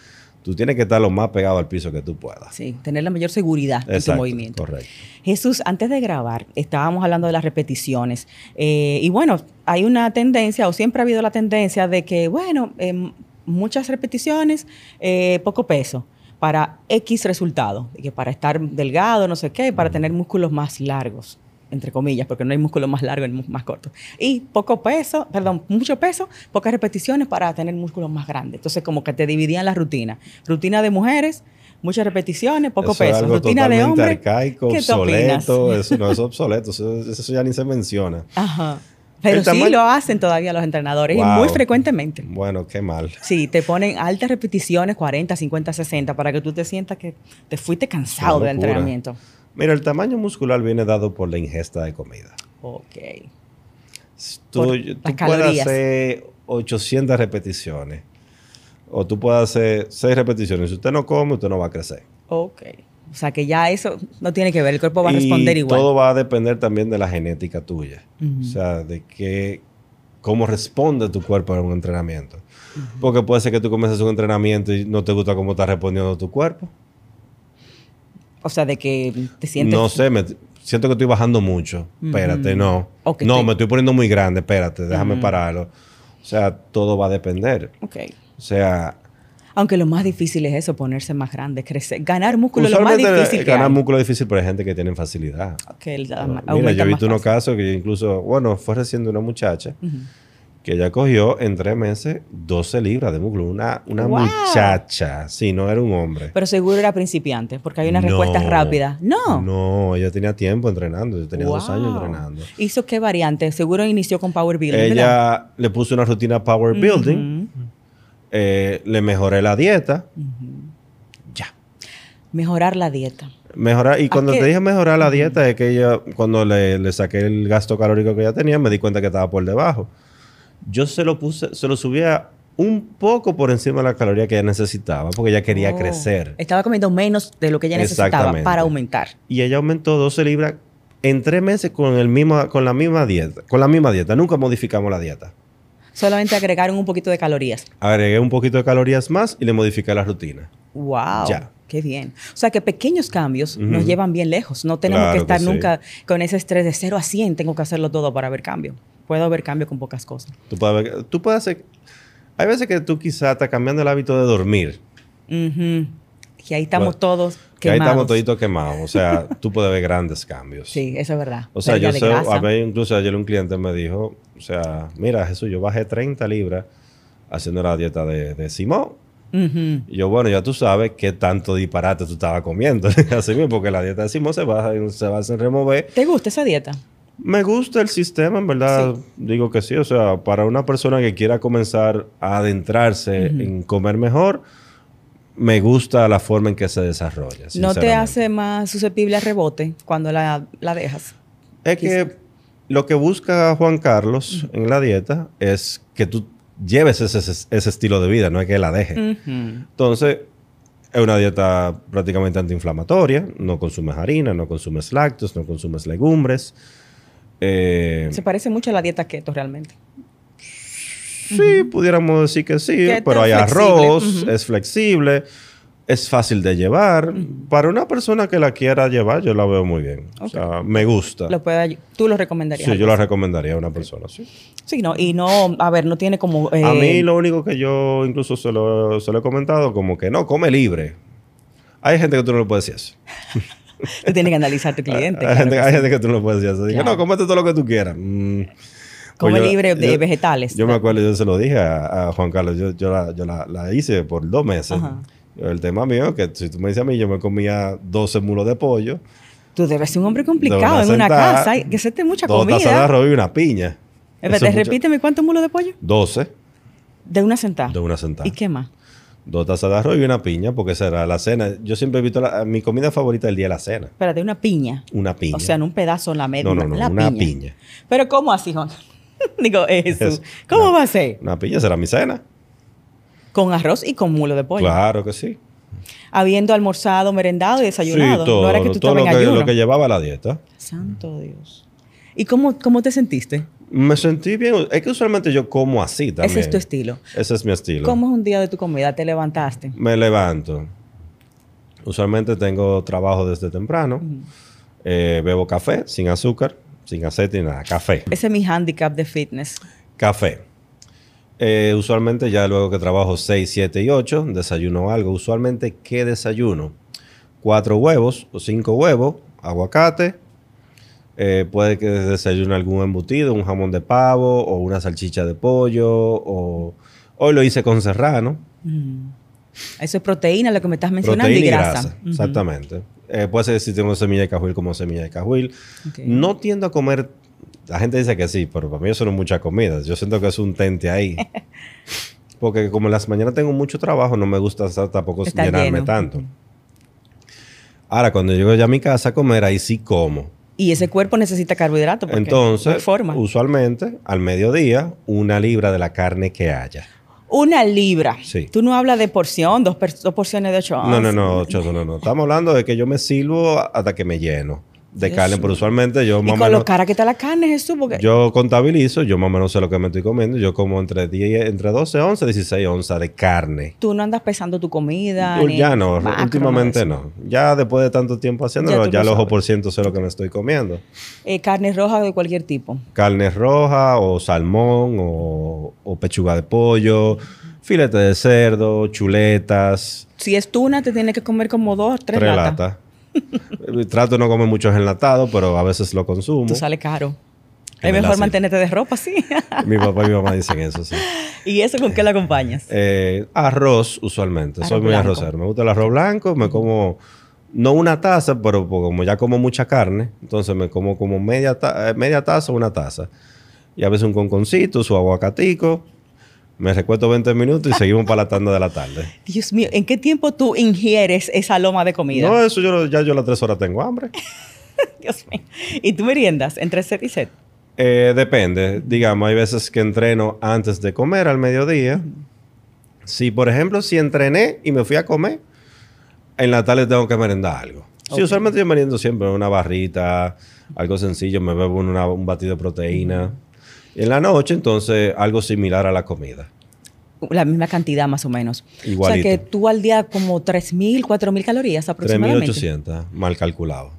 Speaker 3: tú tienes que estar lo más pegado al piso que tú puedas.
Speaker 2: Sí, tener la mayor seguridad en tu
Speaker 3: Exacto,
Speaker 2: movimiento.
Speaker 3: Correcto.
Speaker 2: Jesús, antes de grabar, estábamos hablando de las repeticiones. Eh, y bueno, hay una tendencia, o siempre ha habido la tendencia, de que, bueno, em, muchas repeticiones, eh, poco peso, para X resultado, de que para estar delgado, no sé qué, para tener músculos más largos entre comillas, porque no hay músculo más largo ni mu- más corto. Y poco peso, perdón, mucho peso, pocas repeticiones para tener músculos más grandes. Entonces, como que te dividían la rutina. Rutina de mujeres, muchas repeticiones, poco
Speaker 3: Eso es
Speaker 2: peso.
Speaker 3: algo
Speaker 2: Rutina de
Speaker 3: totalmente
Speaker 2: hombres.
Speaker 3: arcaico,
Speaker 2: ¿Qué tú opinas?
Speaker 3: obsoleto. Eso no es obsoleto. Eso, eso ya ni se menciona.
Speaker 2: Ajá. Pero
Speaker 3: El
Speaker 2: sí
Speaker 3: tamaño-
Speaker 2: lo hacen todavía los entrenadores y
Speaker 3: Wow.
Speaker 2: muy frecuentemente.
Speaker 3: Bueno, qué mal.
Speaker 2: Sí, te ponen altas repeticiones, 40, 50, 60, para que tú te sientas que te fuiste cansado
Speaker 3: Una
Speaker 2: del
Speaker 3: locura.
Speaker 2: entrenamiento.
Speaker 3: Mira, el tamaño muscular viene dado por la ingesta de comida.
Speaker 2: Ok.
Speaker 3: Si
Speaker 2: Por
Speaker 3: Tú,
Speaker 2: las
Speaker 3: tú puedes
Speaker 2: calorías.
Speaker 3: hacer 800 repeticiones o tú puedes hacer 6 repeticiones. Si usted no come, usted no va a crecer.
Speaker 2: Ok. O sea que ya eso no tiene que ver, el cuerpo va a
Speaker 3: Y
Speaker 2: responder igual.
Speaker 3: Todo va a depender también de la genética tuya.
Speaker 2: Ujú.
Speaker 3: O sea, de qué, cómo responde tu cuerpo a un entrenamiento. Porque puede ser que tú comiences un entrenamiento y no te gusta cómo está respondiendo tu cuerpo.
Speaker 2: O sea, de que te sientes.
Speaker 3: No sé, me- siento que estoy bajando mucho. Espérate, no.
Speaker 2: O que
Speaker 3: no,
Speaker 2: estoy-
Speaker 3: me estoy poniendo muy grande, espérate, déjame pararlo. O sea, todo va a depender.
Speaker 2: Ok.
Speaker 3: O sea,
Speaker 2: Aunque lo más difícil es eso, ponerse más grande, crecer. Ganar músculo es lo más
Speaker 3: usualmente
Speaker 2: difícil que
Speaker 3: ganar
Speaker 2: hay.
Speaker 3: músculo es difícil para gente que tiene facilidad.
Speaker 2: Que el-
Speaker 3: Mira,
Speaker 2: aumenta
Speaker 3: yo he
Speaker 2: más
Speaker 3: visto unos
Speaker 2: fácil.
Speaker 3: casos que incluso, bueno, fue recién de una muchacha
Speaker 2: Ujú.
Speaker 3: que ella cogió en tres meses 12 libras de músculo. Una, una
Speaker 2: Wow.
Speaker 3: muchacha, sí, no era un hombre.
Speaker 2: Pero seguro era principiante, porque hay unas
Speaker 3: No.
Speaker 2: respuestas rápidas. No.
Speaker 3: No, ella tenía tiempo entrenando, yo tenía dos años
Speaker 2: Wow.
Speaker 3: entrenando.
Speaker 2: ¿Hizo qué variante? Seguro inició con Power Building. ¿verdad? Mm.
Speaker 3: Ella le puso una rutina power building,
Speaker 2: Ujú.
Speaker 3: eh, le mejoré la dieta. Ya.
Speaker 2: Mejorar la dieta.
Speaker 3: Mejorar, y cuando
Speaker 2: qué?
Speaker 3: te dije mejorar la dieta, es que ella, cuando le, le saqué el gasto calórico que ella tenía, me di cuenta que estaba por debajo. yo se lo puse, se lo subía un poco por encima de la caloría que ella necesitaba, porque ella quería
Speaker 2: Oh.
Speaker 3: crecer.
Speaker 2: Estaba comiendo menos de lo que ella necesitaba
Speaker 3: Exactamente.
Speaker 2: para aumentar.
Speaker 3: Y ella aumentó 12 libras en tres meses con, el mismo, con la misma dieta. Con la misma dieta. Nunca modificamos la dieta.
Speaker 2: Solamente agregaron un poquito de calorías.
Speaker 3: Agregué un poquito de calorías más y le modifiqué la rutina.
Speaker 2: ¡Wow!
Speaker 3: Ya.
Speaker 2: ¡Qué bien! O sea que pequeños cambios nos
Speaker 3: Ujú.
Speaker 2: llevan bien lejos. No tenemos
Speaker 3: Claro
Speaker 2: que
Speaker 3: que
Speaker 2: estar
Speaker 3: sí.
Speaker 2: nunca con ese estrés de 0 a 100. Tengo que hacerlo todo para ver cambio. Puedo ver cambio con pocas cosas.
Speaker 3: Tú puedes, ver- tú puedes hacer... Hay veces que tú quizás estás cambiando el hábito de dormir.
Speaker 2: Ujú. Y ahí estamos
Speaker 3: Bueno,
Speaker 2: todos quemados.
Speaker 3: Que ahí estamos toditos quemados. O sea, tú puedes ver grandes cambios.
Speaker 2: Sí, eso es verdad.
Speaker 3: O sea,
Speaker 2: Pérdida
Speaker 3: yo
Speaker 2: de
Speaker 3: sé,
Speaker 2: grasa.
Speaker 3: a ver, incluso ayer un cliente me dijo, o sea, mira Jesús, yo bajé 30 libras haciendo la dieta de, de Simón.
Speaker 2: Ujú.
Speaker 3: Y yo, bueno, ya tú sabes qué tanto disparate tú estabas comiendo. Así mismo, porque la dieta de Simón se basa en, se basa en remover.
Speaker 2: ¿Te gusta esa dieta?
Speaker 3: Me gusta el sistema, en verdad, digo que sí. O sea, para una persona que quiera comenzar a adentrarse en comer mejor, me gusta la forma en que se desarrolla.
Speaker 2: ¿No te
Speaker 3: sinceramente.
Speaker 2: hace más susceptible a rebote cuando la, la dejas?
Speaker 3: Es que lo que busca Juan Carlos en la dieta es que tú lleves ese, ese estilo de vida, no es que la dejes.
Speaker 2: Ujú.
Speaker 3: Entonces, es una dieta prácticamente antiinflamatoria. No consumes harina, no consumes lácteos, no consumes legumbres. Eh,
Speaker 2: Se parece mucho a la dieta keto realmente.
Speaker 3: Sí, pudiéramos decir que sí,
Speaker 2: Que
Speaker 3: pero
Speaker 2: es
Speaker 3: hay
Speaker 2: flexible,
Speaker 3: arroz,
Speaker 2: ujú.
Speaker 3: es flexible, es fácil de llevar. Para una persona que la quiera llevar, yo la veo muy bien. O sea, me gusta.
Speaker 2: Lo puede, tú lo recomendarías.
Speaker 3: Ah. Sí, yo la recomendaría a una persona, sí.
Speaker 2: Sí, no, y no, a ver, no tiene como... eh,
Speaker 3: A mí lo único que yo incluso se lo, se lo he comentado, como que no, come libre. Hay gente que tú no le puedes decir eso.
Speaker 2: Tú tienes que analizar tu cliente.
Speaker 3: hay,
Speaker 2: claro
Speaker 3: gente,
Speaker 2: que
Speaker 3: hay
Speaker 2: sí.
Speaker 3: gente que tú no le puedes decir eso. Dije,
Speaker 2: Claro.
Speaker 3: no, cómete todo lo que tú quieras. Mm.
Speaker 2: Come
Speaker 3: Pues yo-
Speaker 2: libre de
Speaker 3: yo-
Speaker 2: vegetales.
Speaker 3: Yo me acuerdo, yo se lo dije a, a Juan Carlos, yo, yo la, yo la- la hice por dos meses.
Speaker 2: Ajá.
Speaker 3: El tema mío es que si tú me dices a mí, yo me comía 12 mulos de pollo,
Speaker 2: Tú debes ser un hombre
Speaker 3: De
Speaker 2: complicado
Speaker 3: una
Speaker 2: en una
Speaker 3: sentada,
Speaker 2: casa. hay que hacerte mucha
Speaker 3: dos tazas de
Speaker 2: comida.
Speaker 3: arroz y una piña. Eso
Speaker 2: Espérate,
Speaker 3: es mucho-
Speaker 2: repíteme, ¿cuántos mulos de pollo?
Speaker 3: 12
Speaker 2: De una sentada.
Speaker 3: de una sentada.
Speaker 2: Ah. ¿Y qué más?
Speaker 3: Dos tazas de arroz y una piña, porque será la cena. Yo siempre evito la, mi comida favorita del día de la cena.
Speaker 2: Espérate, una piña.
Speaker 3: Una piña.
Speaker 2: O sea, no un pedazo en la media.
Speaker 3: No, no, no,
Speaker 2: la
Speaker 3: una
Speaker 2: piña.
Speaker 3: piña.
Speaker 2: Pero ¿cómo así, Juan? Digo, eh, Jesús,
Speaker 3: Es-
Speaker 2: ¿cómo
Speaker 3: no.
Speaker 2: va a ser?
Speaker 3: Una piña será mi cena.
Speaker 2: Con arroz y con mulo de pollo.
Speaker 3: Claro que sí.
Speaker 2: Habiendo almorzado, merendado y desayunado.
Speaker 3: Sí, todo,
Speaker 2: no era que tú
Speaker 3: todo
Speaker 2: estabas
Speaker 3: lo,
Speaker 2: en
Speaker 3: que,
Speaker 2: ayuno.
Speaker 3: lo que llevaba la dieta.
Speaker 2: Santo Dios. ¿Y cómo, cómo te sentiste?
Speaker 3: Me sentí bien. Es que usualmente yo como así también.
Speaker 2: Ese es tu estilo.
Speaker 3: Ese es mi estilo.
Speaker 2: ¿Cómo es un día de tu comida? ¿Te levantaste?
Speaker 3: Me levanto. Usualmente tengo trabajo desde temprano. Eh, bebo café sin azúcar, sin aceite ni nada. Café.
Speaker 2: Ese es mi handicap de fitness.
Speaker 3: Café. Eh, usualmente ya luego que trabajo 6, 7 y 8, desayuno algo. Usualmente, ¿qué desayuno? Cuatro huevos o cinco huevos, aguacate. eh, puede que desayune algún embutido, un jamón de pavo o una salchicha de pollo. O... Hoy lo hice con serrano.
Speaker 2: Mm. Eso es proteína, lo que me estás mencionando,
Speaker 3: proteína
Speaker 2: y grasa. Ujú.
Speaker 3: Exactamente. Eh, puede ser si tengo semilla de cajuil como semilla de cajuil.
Speaker 2: Ok.
Speaker 3: No tiendo a comer... La gente dice que sí, pero para mí eso no es mucha comida. Yo siento que es un tente ahí. Porque como en las mañanas tengo mucho trabajo, no me gusta estar tampoco
Speaker 2: Está
Speaker 3: llenarme
Speaker 2: lleno.
Speaker 3: tanto. Ahora, cuando llego ya a mi casa a comer, ahí sí como.
Speaker 2: Y ese cuerpo necesita carbohidratos. Porque no hay
Speaker 3: Entonces,
Speaker 2: forma.
Speaker 3: usualmente, al mediodía, una libra de la carne que haya.
Speaker 2: Una libra.
Speaker 3: Sí.
Speaker 2: Tú no hablas de porción, dos, per- dos porciones de ocho
Speaker 3: No, no,
Speaker 2: onzas.
Speaker 3: no, Choso, no, no. Estamos hablando de que yo me silbo hasta que me lleno de
Speaker 2: Dios
Speaker 3: carne,
Speaker 2: mío.
Speaker 3: pero usualmente yo
Speaker 2: Y
Speaker 3: más o
Speaker 2: con lo
Speaker 3: menos,
Speaker 2: cara que está la carne, Jesús, porque
Speaker 3: yo contabilizo, yo más o menos sé lo que me estoy comiendo, yo como entre 10, entre 12, 11, 16 onzas de carne.
Speaker 2: tú no andas pesando tu comida. ni
Speaker 3: ya no,
Speaker 2: macro,
Speaker 3: últimamente
Speaker 2: nada de eso.
Speaker 3: no. Ya después de tanto tiempo haciéndolo,
Speaker 2: Ya tú
Speaker 3: ya,
Speaker 2: lo
Speaker 3: el ojo
Speaker 2: sabes.
Speaker 3: por ciento sé lo que me estoy comiendo.
Speaker 2: Eh, carne roja de cualquier tipo.
Speaker 3: Carne roja o salmón o, o pechuga de pollo, filete de cerdo, chuletas,
Speaker 2: Si es tuna, te tienes que comer como dos, tres,
Speaker 3: tres
Speaker 2: latas.
Speaker 3: latas. Trato de no comer muchos enlatados, pero a veces lo consumo.
Speaker 2: Tú sale caro. Es
Speaker 3: En verdad,
Speaker 2: mejor
Speaker 3: sí.
Speaker 2: mantenerte de ropa, sí.
Speaker 3: Mi papá y mi mamá dicen eso, sí.
Speaker 2: ¿Y eso con qué lo acompañas?
Speaker 3: Eh, arroz, usualmente. Soy
Speaker 2: Arroz
Speaker 3: muy
Speaker 2: blanco.
Speaker 3: arrocero. Me gusta el arroz blanco, me como. No una taza, pero po- como ya como mucha carne, entonces me como como media, ta- eh, media taza o una taza. Y a veces un conconcito, su aguacatico. Me recuesto 20 minutos y seguimos para la tanda de la tarde.
Speaker 2: Dios mío, ¿en qué tiempo tú ingieres esa loma de comida?
Speaker 3: No, eso yo lo- ya yo a las 3 horas tengo hambre.
Speaker 2: Dios mío. ¿Y tú meriendas entre set y set?
Speaker 3: Eh, depende. Digamos, hay veces que entreno antes de comer al mediodía. Si, por ejemplo, si entrené y me fui a comer, en la tarde tengo que merendar algo. Si
Speaker 4: Ok.
Speaker 3: usualmente yo meriendo siempre una barrita, algo sencillo, me bebo una- un batido de proteína. Y en la noche, entonces, algo similar a la comida.
Speaker 2: La misma cantidad más o menos.
Speaker 3: Igualito.
Speaker 2: O sea que tú al día como 3.000, 4.000 calorías aproximadamente.
Speaker 3: 3.800, mal calculado.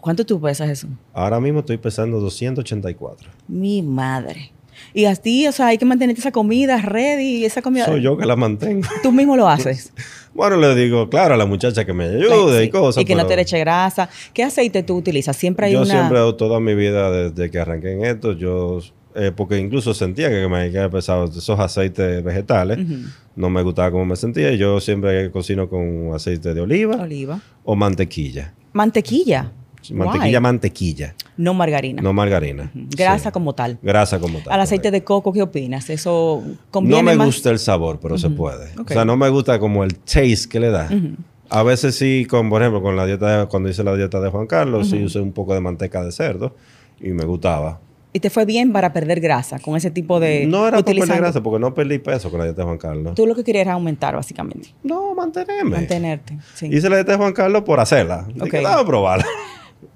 Speaker 2: ¿Cuánto tú pesas eso?
Speaker 3: Ahora mismo estoy pesando 284.
Speaker 2: Mi madre. Y a ti, o sea, hay que mantenerte esa comida ready, esa comida.
Speaker 3: Soy yo que la mantengo.
Speaker 2: Tú mismo lo haces. Pues,
Speaker 3: Bueno, le digo, claro, a la muchacha que me ayude
Speaker 2: Sí.
Speaker 3: y cosas.
Speaker 2: Y que no
Speaker 3: pero
Speaker 2: te le eche grasa. ¿Qué aceite tú utilizas? Siempre hay
Speaker 3: yo
Speaker 2: una.
Speaker 3: siempre, toda mi vida, desde que arranqué en esto, yo... eh, porque incluso sentía que me había pesado esos aceites vegetales.
Speaker 2: Ujú.
Speaker 3: No me gustaba cómo me sentía. y Yo siempre cocino con aceite de oliva
Speaker 2: Oliva.
Speaker 3: o mantequilla.
Speaker 2: Mantequilla.
Speaker 3: Mantequilla,
Speaker 2: Why?
Speaker 3: mantequilla.
Speaker 2: No margarina.
Speaker 3: No margarina.
Speaker 2: Grasa
Speaker 3: Sí.
Speaker 2: como tal.
Speaker 3: Grasa como tal.
Speaker 2: Al aceite
Speaker 3: correcto.
Speaker 2: de coco, ¿qué opinas? ¿Eso conviene
Speaker 3: No me
Speaker 2: más?
Speaker 3: gusta el sabor, pero se puede.
Speaker 2: Ok.
Speaker 3: O sea, no me gusta como el taste que le da. A veces sí, con, por ejemplo, con la dieta de- cuando hice la dieta de Juan Carlos, sí usé un poco de manteca de cerdo y me gustaba.
Speaker 2: ¿Y te fue bien para perder grasa con ese tipo de.
Speaker 3: no era por perder
Speaker 2: utilizando-
Speaker 3: grasa, porque no perdí peso con la dieta de Juan Carlos.
Speaker 2: Tú lo que querías era aumentar, básicamente.
Speaker 3: No, mantenerme.
Speaker 2: Mantenerte. Sí.
Speaker 3: Hice la dieta de Juan Carlos por hacerla.
Speaker 2: Ok.
Speaker 3: Dije, "Dame a probarla.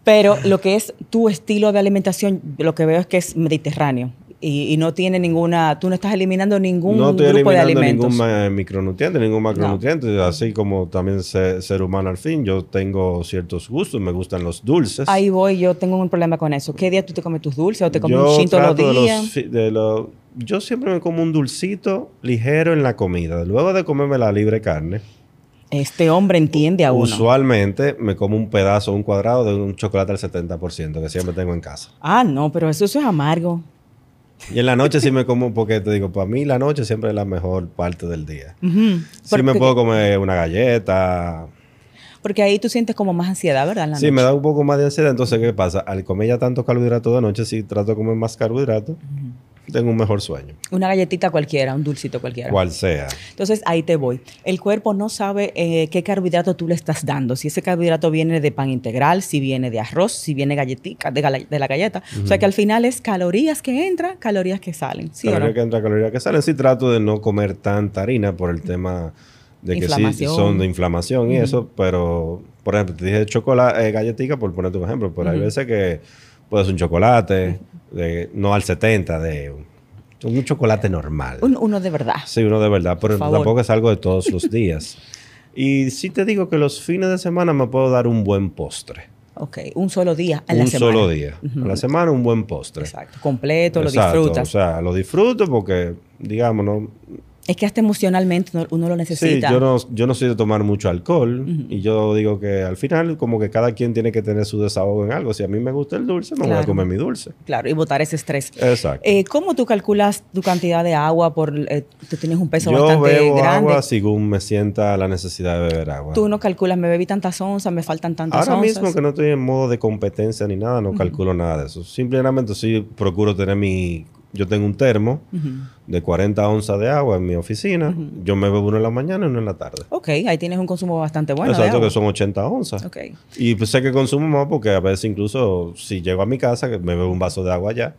Speaker 2: Pero lo que es tu estilo de alimentación, lo que veo es que es mediterráneo. Y, y no tiene ninguna. Tú no estás eliminando ningún
Speaker 3: no estoy
Speaker 2: grupo de
Speaker 3: eliminando
Speaker 2: alimentos.
Speaker 3: ningún ma- eh, micronutriente, ningún macronutriente. Así como también se- ser humano al fin, yo tengo ciertos gustos, me gustan los dulces.
Speaker 2: Ahí voy, yo tengo un problema con eso. ¿Qué día tú te comes tus dulces o te comes
Speaker 3: Yo
Speaker 2: un chin todos los
Speaker 3: trato de los
Speaker 2: días?
Speaker 3: fi- de lo- yo siempre me como un dulcito ligero en la comida. Luego de comerme la libre carne,
Speaker 2: Este hombre entiende a uno.
Speaker 3: usualmente me como un pedazo, un cuadrado de un chocolate al 70% que siempre tengo en casa.
Speaker 2: Ah, no, pero eso, eso es amargo.
Speaker 3: Y en la noche sí me como, porque te digo, para mí la noche siempre es la mejor parte del día.
Speaker 2: Ujú.
Speaker 3: Sí
Speaker 2: porque,
Speaker 3: me puedo comer una galleta.
Speaker 2: porque ahí tú sientes como más ansiedad, ¿verdad? en la
Speaker 3: Sí, me
Speaker 2: noche?
Speaker 3: da un poco más de ansiedad. Entonces, ¿qué pasa? Al comer ya tantos carbohidratos de noche, si trato de comer más carbohidratos, tengo un mejor sueño.
Speaker 2: Una galletita cualquiera, un dulcito cualquiera.
Speaker 3: Cual sea.
Speaker 2: Entonces ahí te voy. El cuerpo no sabe eh, qué carbohidrato tú le estás dando. Si ese carbohidrato viene de pan integral, si viene de arroz, si viene galletica, de, gala- de la galleta. O sea que al final es calorías que entran, calorías que salen. ¿sí o no?
Speaker 3: caloría que entra, caloría que sale. Sí trato de no comer tanta harina por el tema de que sí
Speaker 2: Inflamación.
Speaker 3: son de inflamación y eso, pero por ejemplo, te dije chocolate, eh, galletica por ponerte un ejemplo, pero hay veces que puedes un chocolate, de- no al 70, de un, un chocolate normal.
Speaker 2: Un- uno de verdad.
Speaker 3: Sí, uno de verdad, pero
Speaker 2: favor.
Speaker 3: tampoco es algo de todos los días. y sí te digo que los fines de semana me puedo dar un buen postre.
Speaker 2: Ok, un solo día a la
Speaker 3: un
Speaker 2: semana.
Speaker 3: solo día. A la semana un buen postre.
Speaker 2: Exacto, completo, lo
Speaker 3: Exacto,
Speaker 2: disfrutas.
Speaker 3: O sea, lo disfruto porque, digamos, no,
Speaker 2: es que hasta emocionalmente uno, uno lo
Speaker 3: Sí,
Speaker 2: necesita.
Speaker 3: yo no, yo no soy de tomar mucho alcohol y yo digo que al final como que cada quien tiene que tener su desahogo en algo. Si a mí me gusta el dulce, me voy
Speaker 2: Claro.
Speaker 3: a comer mi dulce.
Speaker 2: Claro, y botar ese estrés.
Speaker 3: Exacto.
Speaker 2: Eh, ¿Cómo tú calculas tu cantidad de agua? Por, eh, tú tienes un peso
Speaker 3: yo
Speaker 2: bastante
Speaker 3: bebo
Speaker 2: grande.
Speaker 3: agua según me sienta la necesidad de beber agua.
Speaker 2: Tú no calculas, me bebí tantas onzas, me faltan tantas
Speaker 3: Ahora
Speaker 2: onzas.
Speaker 3: mismo que no estoy en modo de competencia ni nada, no calculo nada de eso. Simplemente sí procuro tener mi... Yo tengo un termo de 40 onzas de agua en mi oficina. Yo me bebo uno en la mañana y uno en la tarde.
Speaker 2: Ok, ahí tienes un consumo bastante bueno. de
Speaker 3: Exacto,
Speaker 2: agua.
Speaker 3: que son 80 onzas.
Speaker 2: Ok.
Speaker 3: Y pues sé que consumo más porque a veces incluso si llego a mi casa, que me bebo un vaso de agua ya,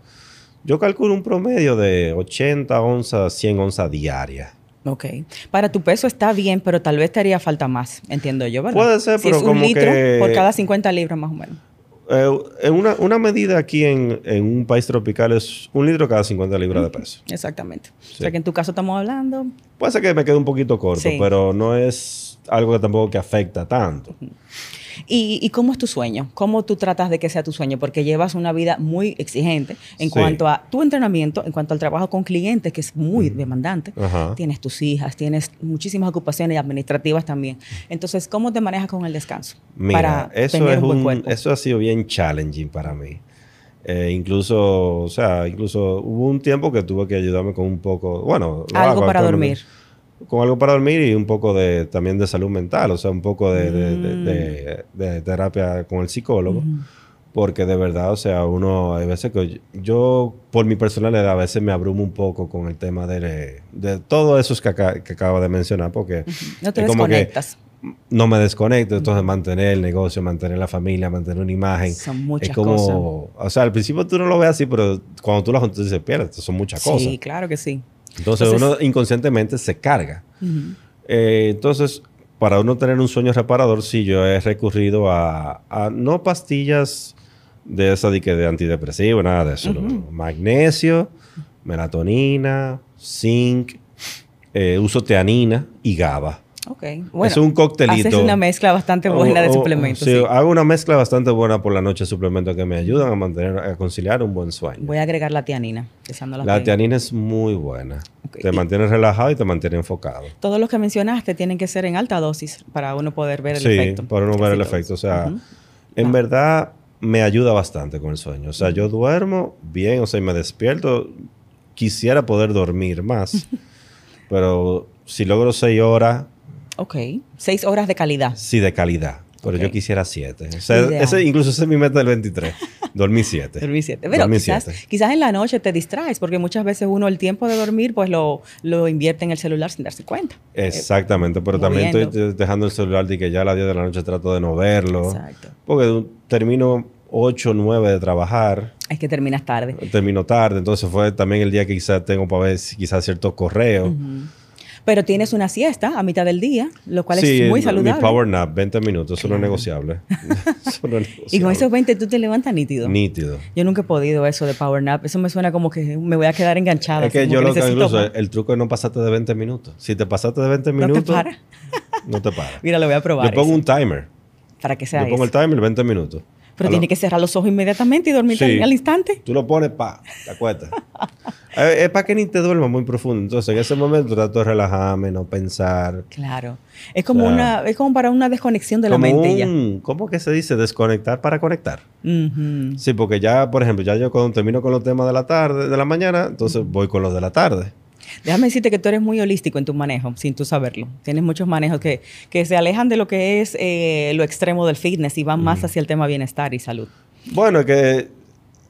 Speaker 3: yo calculo un promedio de 80 onzas, 100 onzas diarias.
Speaker 2: Ok. Para tu peso está bien, pero tal vez te haría falta más, entiendo yo, ¿verdad?
Speaker 3: Puede ser,
Speaker 2: Si
Speaker 3: pero
Speaker 2: es un
Speaker 3: como
Speaker 2: litro
Speaker 3: que-
Speaker 2: por cada 50 libras más o menos.
Speaker 3: Eh, en una, una medida aquí en, en un país tropical es un litro cada 50 libras de peso.
Speaker 2: Exactamente. O
Speaker 3: Sí.
Speaker 2: sea que en tu caso estamos hablando.
Speaker 3: Puede ser que me quede un poquito corto,
Speaker 2: Sí.
Speaker 3: pero no es algo que tampoco que afecta tanto.
Speaker 2: ¿Y, y cómo es tu sueño? ¿Cómo tú tratas de que sea tu sueño? Porque llevas una vida muy exigente en
Speaker 3: Sí.
Speaker 2: cuanto a tu entrenamiento, en cuanto al trabajo con clientes, que es muy demandante.
Speaker 3: Mm. Ajá.
Speaker 2: Tienes tus hijas, tienes muchísimas ocupaciones administrativas también. Entonces, ¿cómo te manejas con el descanso?
Speaker 3: Mira, eso,
Speaker 2: tener
Speaker 3: es
Speaker 2: un buen
Speaker 3: un-
Speaker 2: cuerpo.
Speaker 3: eso ha sido bien challenging para mí. Eh, incluso, o sea, incluso hubo un tiempo que tuve que ayudarme con un poco, bueno, lo
Speaker 2: Algo
Speaker 3: hago
Speaker 2: para
Speaker 3: actualmente.
Speaker 2: dormir.
Speaker 3: Con algo para dormir y un poco de también de salud mental, o sea, un poco de, de- de- de-
Speaker 2: Mm.
Speaker 3: de terapia con el psicólogo. Porque de verdad, o sea, uno, hay veces que yo, yo, por mi personalidad, a veces me abrumo un poco con el tema de, de todo eso que, acá- que acabo de mencionar, porque
Speaker 2: No te
Speaker 3: es como que
Speaker 2: desconectas.
Speaker 3: no me desconecto, entonces mantener el negocio, mantener la familia, mantener una imagen.
Speaker 2: Son muchas
Speaker 3: es como,
Speaker 2: cosas.
Speaker 3: o sea, al principio tú no lo ves así, pero cuando tú las juntas dices, pierdes, son muchas cosas.
Speaker 2: Sí, claro que sí.
Speaker 3: Entonces,
Speaker 2: Entonces-
Speaker 3: uno inconscientemente se carga.
Speaker 2: Ujú.
Speaker 3: Eh, entonces, para uno tener un sueño reparador, sí, yo he recurrido a, a no pastillas de esa de, que de antidepresivo, nada de eso. no.
Speaker 2: Ujú.
Speaker 3: Magnesio, melatonina, zinc, eh, uso teanina y GABA.
Speaker 2: Ok. Bueno,
Speaker 3: es un coctelito.
Speaker 2: haces una mezcla bastante buena de
Speaker 3: O- o-
Speaker 2: suplementos.
Speaker 3: sí,
Speaker 2: sí.
Speaker 3: hago una mezcla bastante buena por la noche de suplementos que me ayudan a mantener, a conciliar un buen sueño.
Speaker 2: Voy a agregar la tianina. esa no la
Speaker 3: La
Speaker 2: tengo.
Speaker 3: teanina es muy buena.
Speaker 2: Ok.
Speaker 3: Te
Speaker 2: Y-
Speaker 3: mantiene relajado y te mantiene enfocado.
Speaker 2: Todos los que mencionaste tienen que ser en alta dosis para uno poder ver el
Speaker 3: sí,
Speaker 2: efecto.
Speaker 3: para no ver
Speaker 2: Casi
Speaker 3: el
Speaker 2: todos.
Speaker 3: efecto. O sea,
Speaker 2: Ujú.
Speaker 3: en
Speaker 2: Ah.
Speaker 3: verdad me ayuda bastante con el sueño. O sea, yo duermo bien, o sea, y me despierto. Quisiera poder dormir más, pero si logro seis horas,
Speaker 2: Ok. Seis horas de calidad.
Speaker 3: sí de calidad. Pero yo
Speaker 2: Ok.
Speaker 3: quisiera siete. O sea,
Speaker 2: Ideal.
Speaker 3: ese, incluso esa es mi meta del 23. Dormir siete.
Speaker 2: Dormir siete. Pero
Speaker 3: Dormir
Speaker 2: quizás,
Speaker 3: siete.
Speaker 2: quizás en la noche te distraes, porque muchas veces uno el tiempo de dormir pues lo, lo invierte en el celular sin darse cuenta.
Speaker 3: Exactamente, pero también estoy
Speaker 2: eh, moviendo.
Speaker 3: de- dejando el celular de que ya a las 10 de la noche trato de no verlo.
Speaker 2: Exacto.
Speaker 3: Porque du- termino 8 9 de trabajar,
Speaker 2: Es que terminas tarde.
Speaker 3: termino tarde, entonces fue también el día que quizás tengo para ver si- quizás ciertos correos.
Speaker 2: Ujú. Pero tienes una siesta a mitad del día, lo cual
Speaker 3: Sí,
Speaker 2: es muy
Speaker 3: mi-
Speaker 2: saludable.
Speaker 3: Mi power nap, 20 minutos, eso no es
Speaker 2: Claro.
Speaker 3: negociable. Eso no es
Speaker 2: y con
Speaker 3: negociable.
Speaker 2: esos 20 tú te levantas nítido.
Speaker 3: Nítido.
Speaker 2: yo nunca he podido eso de power nap. Eso me suena como que me voy a quedar enganchada.
Speaker 3: Es que
Speaker 2: como
Speaker 3: yo lo que
Speaker 2: necesito
Speaker 3: incluso,
Speaker 2: más.
Speaker 3: el truco es no pasarte de 20 minutos. Si te pasaste de 20
Speaker 2: ¿No te
Speaker 3: minutos,
Speaker 2: para?
Speaker 3: no te para.
Speaker 2: Mira, lo voy a probar.
Speaker 3: Yo pongo
Speaker 2: eso,
Speaker 3: un timer.
Speaker 2: para que sea
Speaker 3: Yo pongo el
Speaker 2: eso.
Speaker 3: timer 20 minutos.
Speaker 2: Pero
Speaker 3: A
Speaker 2: tiene
Speaker 3: lo-
Speaker 2: que cerrar los ojos inmediatamente y dormir
Speaker 3: Sí.
Speaker 2: también al instante.
Speaker 3: Tú lo pones, pa, te acuestas. Eh, es para que ni te duermas muy profundo. Entonces, en ese momento trato de relajarme, no pensar.
Speaker 2: Claro. Es como
Speaker 3: Claro.
Speaker 2: una, es como para una desconexión de la
Speaker 3: Como
Speaker 2: mente y ya.
Speaker 3: un- ¿Cómo que se dice? Desconectar para conectar.
Speaker 2: Ujú.
Speaker 3: Sí, porque ya, por ejemplo, ya yo cuando termino con los temas de la tarde, de la mañana, entonces voy con los de la tarde.
Speaker 2: Déjame decirte que tú eres muy holístico en tu manejo, sin tú saberlo. Tienes muchos manejos que, que se alejan de lo que es eh, lo extremo del fitness y van más hacia el tema bienestar y salud.
Speaker 3: Bueno, que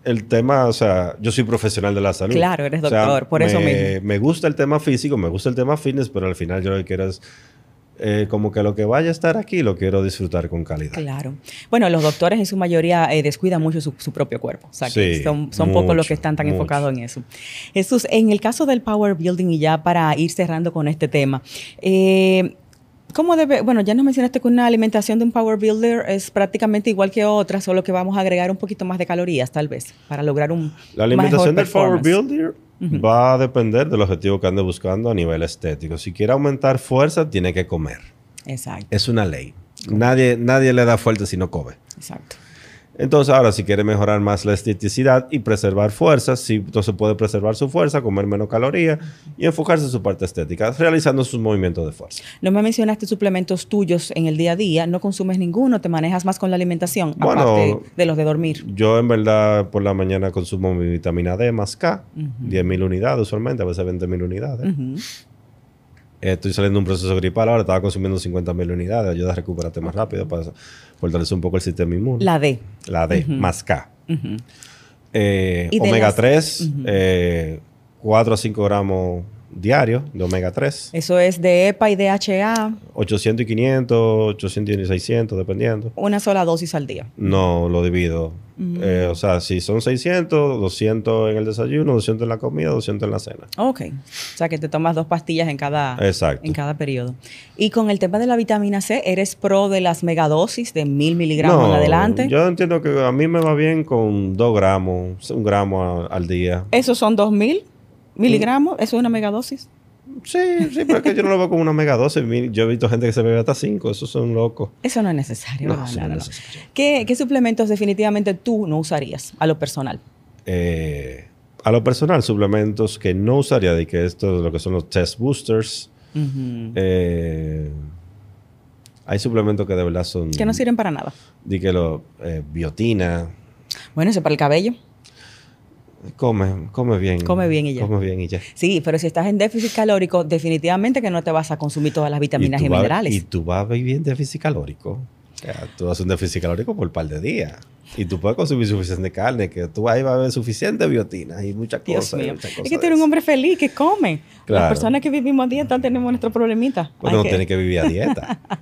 Speaker 3: el tema, o sea, yo soy profesional de la salud.
Speaker 2: Claro, eres
Speaker 3: O sea,
Speaker 2: doctor, por eso
Speaker 3: me,
Speaker 2: mismo.
Speaker 3: Me gusta el tema físico, me gusta el tema fitness, pero al final yo lo que quiero es eh, como que lo que vaya a estar aquí lo quiero disfrutar con calidad.
Speaker 2: Claro. Bueno, los doctores en su mayoría eh, descuidan mucho su, su propio cuerpo. O sea, que
Speaker 3: Sí,
Speaker 2: son, son pocos los que
Speaker 3: mucho,
Speaker 2: están tan
Speaker 3: mucho.
Speaker 2: enfocados en eso. Jesús, en el caso del power building y ya para ir cerrando con este tema, eh, ¿cómo debe? Bueno, ya nos mencionaste que una alimentación de un power builder es prácticamente igual que otra, solo que vamos a agregar un poquito más de calorías, tal vez, para lograr un.
Speaker 3: La
Speaker 2: mejor
Speaker 3: alimentación del Power
Speaker 2: performance.
Speaker 3: Builder
Speaker 2: Ujú.
Speaker 3: va a depender del objetivo que ande buscando a nivel estético. Si quiere aumentar fuerza, tiene que comer.
Speaker 2: Exacto,
Speaker 3: Es una ley. Nadie, nadie le da fuerza si no come.
Speaker 2: exacto.
Speaker 3: Entonces, ahora, si quiere mejorar más la esteticidad y preservar fuerza, sí, entonces puede preservar su fuerza, comer menos calorías y enfocarse en su parte estética, realizando sus movimientos de fuerza.
Speaker 2: No me mencionaste suplementos tuyos en el día a día, no consumes ninguno, te manejas más con la alimentación,
Speaker 3: Bueno,
Speaker 2: aparte de los de dormir.
Speaker 3: Yo, en verdad, por la mañana consumo mi vitamina D más K,
Speaker 2: Ujú. Mm.
Speaker 3: 10.000 unidades usualmente, a veces 20.000 unidades.
Speaker 2: Ujú.
Speaker 3: Eh, Estoy saliendo de un proceso gripal ahora, estaba consumiendo 50.000 unidades, ayuda a recuperarte más rápido para fortalecer un poco el sistema inmune.
Speaker 2: La D.
Speaker 3: La D, más K.
Speaker 2: Ujú.
Speaker 3: Eh,
Speaker 2: Y de
Speaker 3: omega
Speaker 2: las-
Speaker 3: 3,
Speaker 2: Ujú.
Speaker 3: 4 a 5 gramos diarios de omega 3.
Speaker 2: Eso es de EPA y DHA, 800
Speaker 3: 800 y 500, 800 y 600, dependiendo.
Speaker 2: una sola dosis al día.
Speaker 3: No, lo divido. Eh, o sea, si son 600, 200 en el desayuno, 200 en la comida, 200 en la cena.
Speaker 2: Ok. O sea que te tomas dos pastillas en cada,
Speaker 3: Exacto.
Speaker 2: en cada periodo. Y con el tema de la vitamina C, ¿eres pro de las megadosis de mil miligramos en
Speaker 3: No,
Speaker 2: adelante?
Speaker 3: Yo entiendo que a mí me va bien con 2 gramos, un gramo a- al día.
Speaker 2: ¿Esos son dos mil miligramos? ¿Eso es una megadosis?
Speaker 3: Sí, sí, pero es que yo no lo veo como una mega 12. Mi- Yo he visto gente que se bebe hasta 5, esos son locos.
Speaker 2: Eso no es necesario.
Speaker 3: No,
Speaker 2: ¿verdad?
Speaker 3: eso no
Speaker 2: No,
Speaker 3: es
Speaker 2: no, no.
Speaker 3: necesario.
Speaker 2: ¿Qué, qué suplementos definitivamente tú no usarías a lo personal?
Speaker 3: Eh, a lo personal, suplementos que no usaría, de que esto es lo que son los test boosters.
Speaker 2: Ujú.
Speaker 3: Eh, hay suplementos que de verdad son.
Speaker 2: Que no sirven para nada.
Speaker 3: Di que lo. eh, biotina.
Speaker 2: Bueno, eso para el cabello.
Speaker 3: Come, come bien.
Speaker 2: Come bien y ya.
Speaker 3: Come bien y ya.
Speaker 2: Sí, pero si estás en déficit calórico, definitivamente que no te vas a consumir todas las vitaminas y,
Speaker 3: tú vas-
Speaker 2: minerales.
Speaker 3: y tú vas a vivir en déficit calórico. Ya, tú haces un déficit calórico por un par de días. Y tú puedes consumir suficiente carne, que tú ahí vas a ver suficiente biotina y muchas
Speaker 2: Dios
Speaker 3: cosas. y
Speaker 2: mío.
Speaker 3: muchas
Speaker 2: es
Speaker 3: cosas
Speaker 2: que
Speaker 3: de
Speaker 2: tú eres un
Speaker 3: eso.
Speaker 2: hombre feliz que come. Las
Speaker 3: Claro.
Speaker 2: personas que vivimos a dieta tenemos nuestro problemita. Hay
Speaker 3: Bueno, no
Speaker 2: que-
Speaker 3: tienes que vivir a dieta.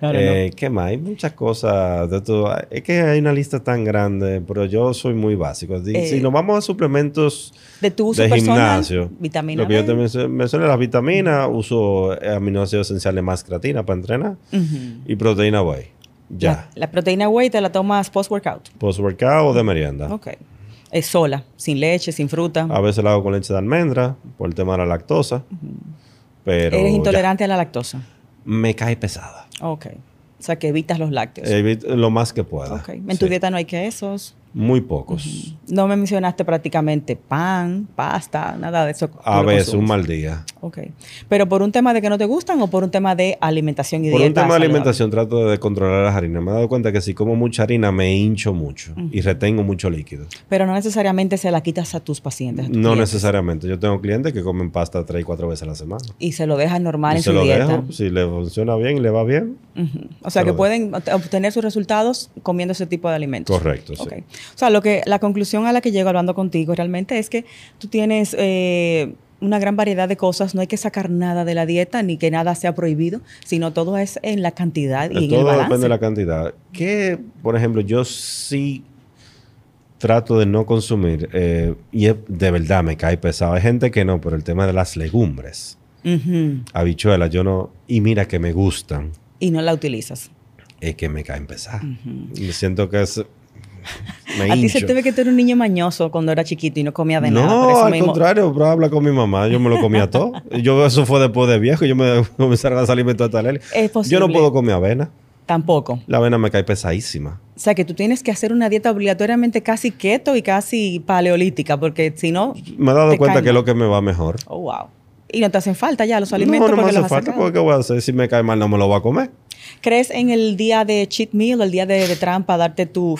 Speaker 2: No, no, no.
Speaker 3: Eh, ¿Qué más? Hay muchas cosas. De todo. Es que hay una lista tan grande, pero yo soy muy básico. Di-
Speaker 2: Eh,
Speaker 3: si nos vamos a suplementos
Speaker 2: de tu uso
Speaker 3: de
Speaker 2: personal,
Speaker 3: gimnasio,
Speaker 2: vitamina
Speaker 3: lo que yo
Speaker 2: D.
Speaker 3: te menc- mencioné, las vitaminas, uso eh, aminoácidos esenciales más creatina para entrenar
Speaker 2: Ujú.
Speaker 3: y proteína whey. Ya.
Speaker 2: La, la proteína whey te la tomas post-workout.
Speaker 3: Post-workout o de merienda.
Speaker 2: Ok. Es sola, sin leche, sin fruta.
Speaker 3: A veces la hago con leche de almendra por el tema de la lactosa. Pero
Speaker 2: Eres
Speaker 3: ya.
Speaker 2: intolerante a la lactosa.
Speaker 3: Me cae pesada.
Speaker 2: Ok. O sea, que evitas los lácteos.
Speaker 3: Evito lo más que pueda.
Speaker 2: ok. En tu
Speaker 3: Ah, Sí.
Speaker 2: dieta no hay quesos.
Speaker 3: Muy pocos.
Speaker 2: No me mencionaste prácticamente pan, pasta, nada de eso. tú
Speaker 3: A
Speaker 2: lo
Speaker 3: veces, un
Speaker 2: consumes.
Speaker 3: mal día.
Speaker 2: Ok. Pero por un tema de que no te gustan o por un tema de alimentación y
Speaker 3: Por
Speaker 2: dieta
Speaker 3: un tema de
Speaker 2: saludable?
Speaker 3: alimentación trato de controlar las harinas. Me he dado cuenta que si como mucha harina me hincho mucho y retengo mucho líquido.
Speaker 2: Pero no necesariamente se la quitas a tus pacientes. a tus
Speaker 3: No
Speaker 2: clientes.
Speaker 3: necesariamente. Yo tengo clientes que comen pasta tres y cuatro veces a la semana.
Speaker 2: Y se lo dejas normal
Speaker 3: Y
Speaker 2: en
Speaker 3: se
Speaker 2: su
Speaker 3: lo
Speaker 2: dieta.
Speaker 3: dejo. Si le funciona bien y le va bien,
Speaker 2: Ujú. O sea,
Speaker 3: Se
Speaker 2: que
Speaker 3: lo dejo.
Speaker 2: pueden ot- obtener sus resultados comiendo ese tipo de alimentos.
Speaker 3: correcto. sí.
Speaker 2: Ok. O sea, lo que, la conclusión a la que llego hablando contigo realmente es que tú tienes eh, una gran variedad de cosas, no hay que sacar nada de la dieta ni que nada sea prohibido, sino todo es en la cantidad y en el
Speaker 3: Todo
Speaker 2: balance.
Speaker 3: depende de la cantidad. Que, por ejemplo, yo sí trato de no consumir eh, y es- de verdad me cae pesado. Hay gente que no, por el tema de las legumbres,
Speaker 2: Ujú.
Speaker 3: habichuelas, yo no. Y mira que me gustan,
Speaker 2: Y no la utilizas.
Speaker 3: es que me caen pesadas. Y Siento que es. Me
Speaker 2: A ti se
Speaker 3: hincho.
Speaker 2: te ve que tú eras un niño mañoso cuando era chiquito y no comía de nada. por
Speaker 3: No,
Speaker 2: eso
Speaker 3: al
Speaker 2: mismo-
Speaker 3: contrario, bro, habla con mi mamá, yo me lo comía todo. Yo eso fue después de viejo, yo me comenzaron a salirme toda esta leche.
Speaker 2: Es
Speaker 3: Yo no
Speaker 2: posible.
Speaker 3: puedo comer avena,
Speaker 2: Tampoco.
Speaker 3: la avena me cae pesadísima.
Speaker 2: O sea, que tú tienes que hacer una dieta obligatoriamente casi keto y casi paleolítica, porque si no...
Speaker 3: Me he dado
Speaker 2: te
Speaker 3: cuenta
Speaker 2: calma.
Speaker 3: que es lo que me va mejor.
Speaker 2: Oh, wow. Y no te hacen falta ya los alimentos
Speaker 3: no, no me
Speaker 2: porque
Speaker 3: hace
Speaker 2: los has
Speaker 3: falta
Speaker 2: sacado.
Speaker 3: porque ¿qué voy a hacer si me cae mal no me lo voy a comer.
Speaker 2: ¿Crees en el día de cheat meal o el día de, de trampa darte tu,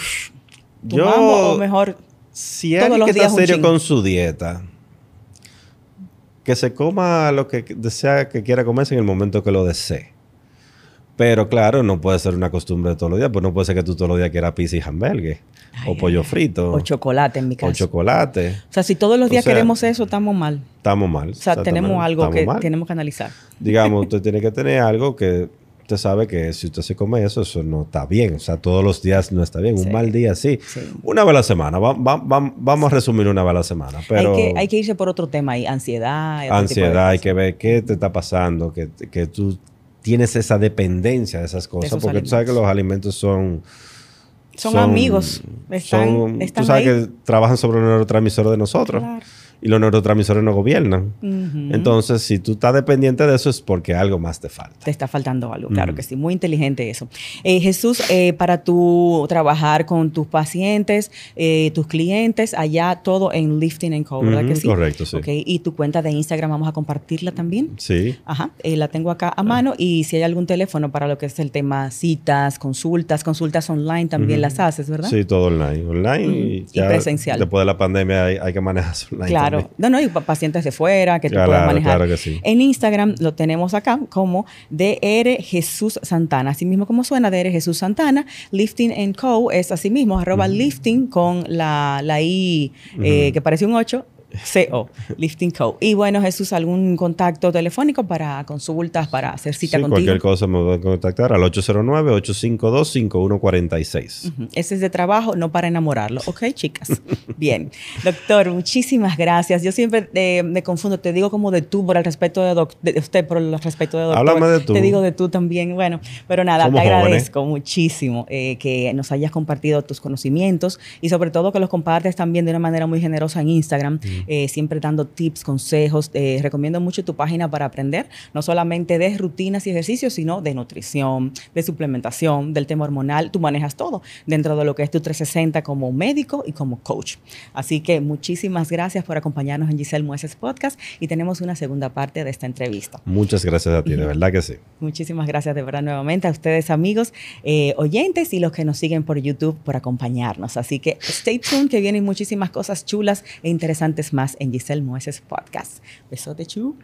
Speaker 2: tu
Speaker 3: Yo-
Speaker 2: mambo o mejor?
Speaker 3: Si
Speaker 2: Todos
Speaker 3: alguien
Speaker 2: los
Speaker 3: que está
Speaker 2: días un
Speaker 3: serio
Speaker 2: chin.
Speaker 3: con su dieta, que se coma lo que desea que quiera comerse en el momento que lo desee. Pero claro, no puede ser una costumbre de todos los días, pues no puede ser que tú todos los días quieras pizza y hamburgues o pollo frito
Speaker 2: O chocolate en mi
Speaker 3: o
Speaker 2: caso.
Speaker 3: chocolate.
Speaker 2: o sea, si todos los
Speaker 3: O
Speaker 2: días
Speaker 3: sea,
Speaker 2: queremos eso, estamos mal.
Speaker 3: Estamos mal.
Speaker 2: O sea, tenemos
Speaker 3: estamos-
Speaker 2: algo
Speaker 3: estamos
Speaker 2: que
Speaker 3: mal.
Speaker 2: tenemos que analizar.
Speaker 3: Digamos, usted tiene que tener algo que usted sabe que si usted se come eso, eso no está bien. O sea, todos los días no está bien.
Speaker 2: Sí.
Speaker 3: Un mal día, sí.
Speaker 2: Sí.
Speaker 3: Una vez a la semana. Va- va- va- vamos a resumir una vez a la semana. Pero
Speaker 2: hay, que, hay que irse por otro tema ahí, ansiedad. y otro tipo de
Speaker 3: ansiedad, hay
Speaker 2: cosas.
Speaker 3: que ver qué te está pasando, que, que tú tienes esa dependencia de esas cosas.
Speaker 2: esos
Speaker 3: porque tú sabes que
Speaker 2: alimentos.
Speaker 3: los alimentos son...
Speaker 2: Son amigos. Están-
Speaker 3: son-
Speaker 2: están
Speaker 3: tú sabes
Speaker 2: ahí.
Speaker 3: que trabajan sobre los neurotransmisores de nosotros.
Speaker 2: Claro.
Speaker 3: Y los neurotransmisores nos gobiernan.
Speaker 2: Ujú.
Speaker 3: Entonces, si tú estás dependiente de eso, es porque algo más te falta.
Speaker 2: Te está faltando algo, claro
Speaker 3: Ujú.
Speaker 2: que sí, muy inteligente eso. Eh, Jesús, eh, para tu trabajar con tus pacientes, eh, tus clientes, allá todo en Lifting and Co, ¿verdad que
Speaker 3: Ujú,
Speaker 2: sí?
Speaker 3: correcto, sí.
Speaker 2: Ok, y tu cuenta de Instagram, vamos a compartirla también.
Speaker 3: Sí.
Speaker 2: Ajá, eh, la tengo acá a mano y si hay algún teléfono para lo que es el tema citas, consultas, consultas online también
Speaker 3: Ujú.
Speaker 2: las haces, ¿verdad?
Speaker 3: Sí, todo online. Online
Speaker 2: Ujú. Y presencial.
Speaker 3: Después de la pandemia hay, hay que manejarse online.
Speaker 2: Claro,
Speaker 3: también.
Speaker 2: no, no, y pa- pacientes de fuera que tú
Speaker 3: Claro,
Speaker 2: puedas manejar.
Speaker 3: claro que sí.
Speaker 2: En Instagram lo tenemos acá como DR Jesús Santana, así mismo como suena DR Jesús Santana, Lifting and Co es así mismo, arroba lifting con la, la I eh, que parece un 8. CO, Lifting Co. Y bueno, Jesús, ¿algún contacto telefónico para consultas, para hacer cita
Speaker 3: Sí,
Speaker 2: contigo?
Speaker 3: cualquier cosa me pueden contactar al 809-852-5146.
Speaker 2: Ujú. Ese es de trabajo, no para enamorarlo. Ok, chicas. Bien. Doctor, muchísimas gracias. Yo siempre eh, me confundo, te digo como de tú por el respeto de, doc- de usted, por el respeto de doctor.
Speaker 3: Háblame de tú.
Speaker 2: Te digo de tú también. Bueno, pero nada,
Speaker 3: Somos
Speaker 2: te
Speaker 3: jóvenes.
Speaker 2: agradezco muchísimo eh, que nos hayas compartido tus conocimientos y sobre todo que los compartes también de una manera muy generosa en Instagram,
Speaker 3: Mm.
Speaker 2: eh, siempre dando tips, consejos. Eh, recomiendo mucho tu página para aprender, no solamente de rutinas y ejercicios, sino de nutrición, de suplementación, del tema hormonal. Tú manejas todo dentro de lo que es tu 360 como médico y como coach. Así que muchísimas gracias por acompañarnos en Giselle Mueces Podcast y tenemos una segunda parte de esta entrevista.
Speaker 3: Muchas gracias a ti, de verdad que sí.
Speaker 2: Muchísimas gracias de verdad nuevamente a ustedes amigos, eh, oyentes y los que nos siguen por YouTube por acompañarnos. Así que stay tuned que vienen muchísimas cosas chulas e interesantes más en Giselle Mueces Podcast. Besote chu.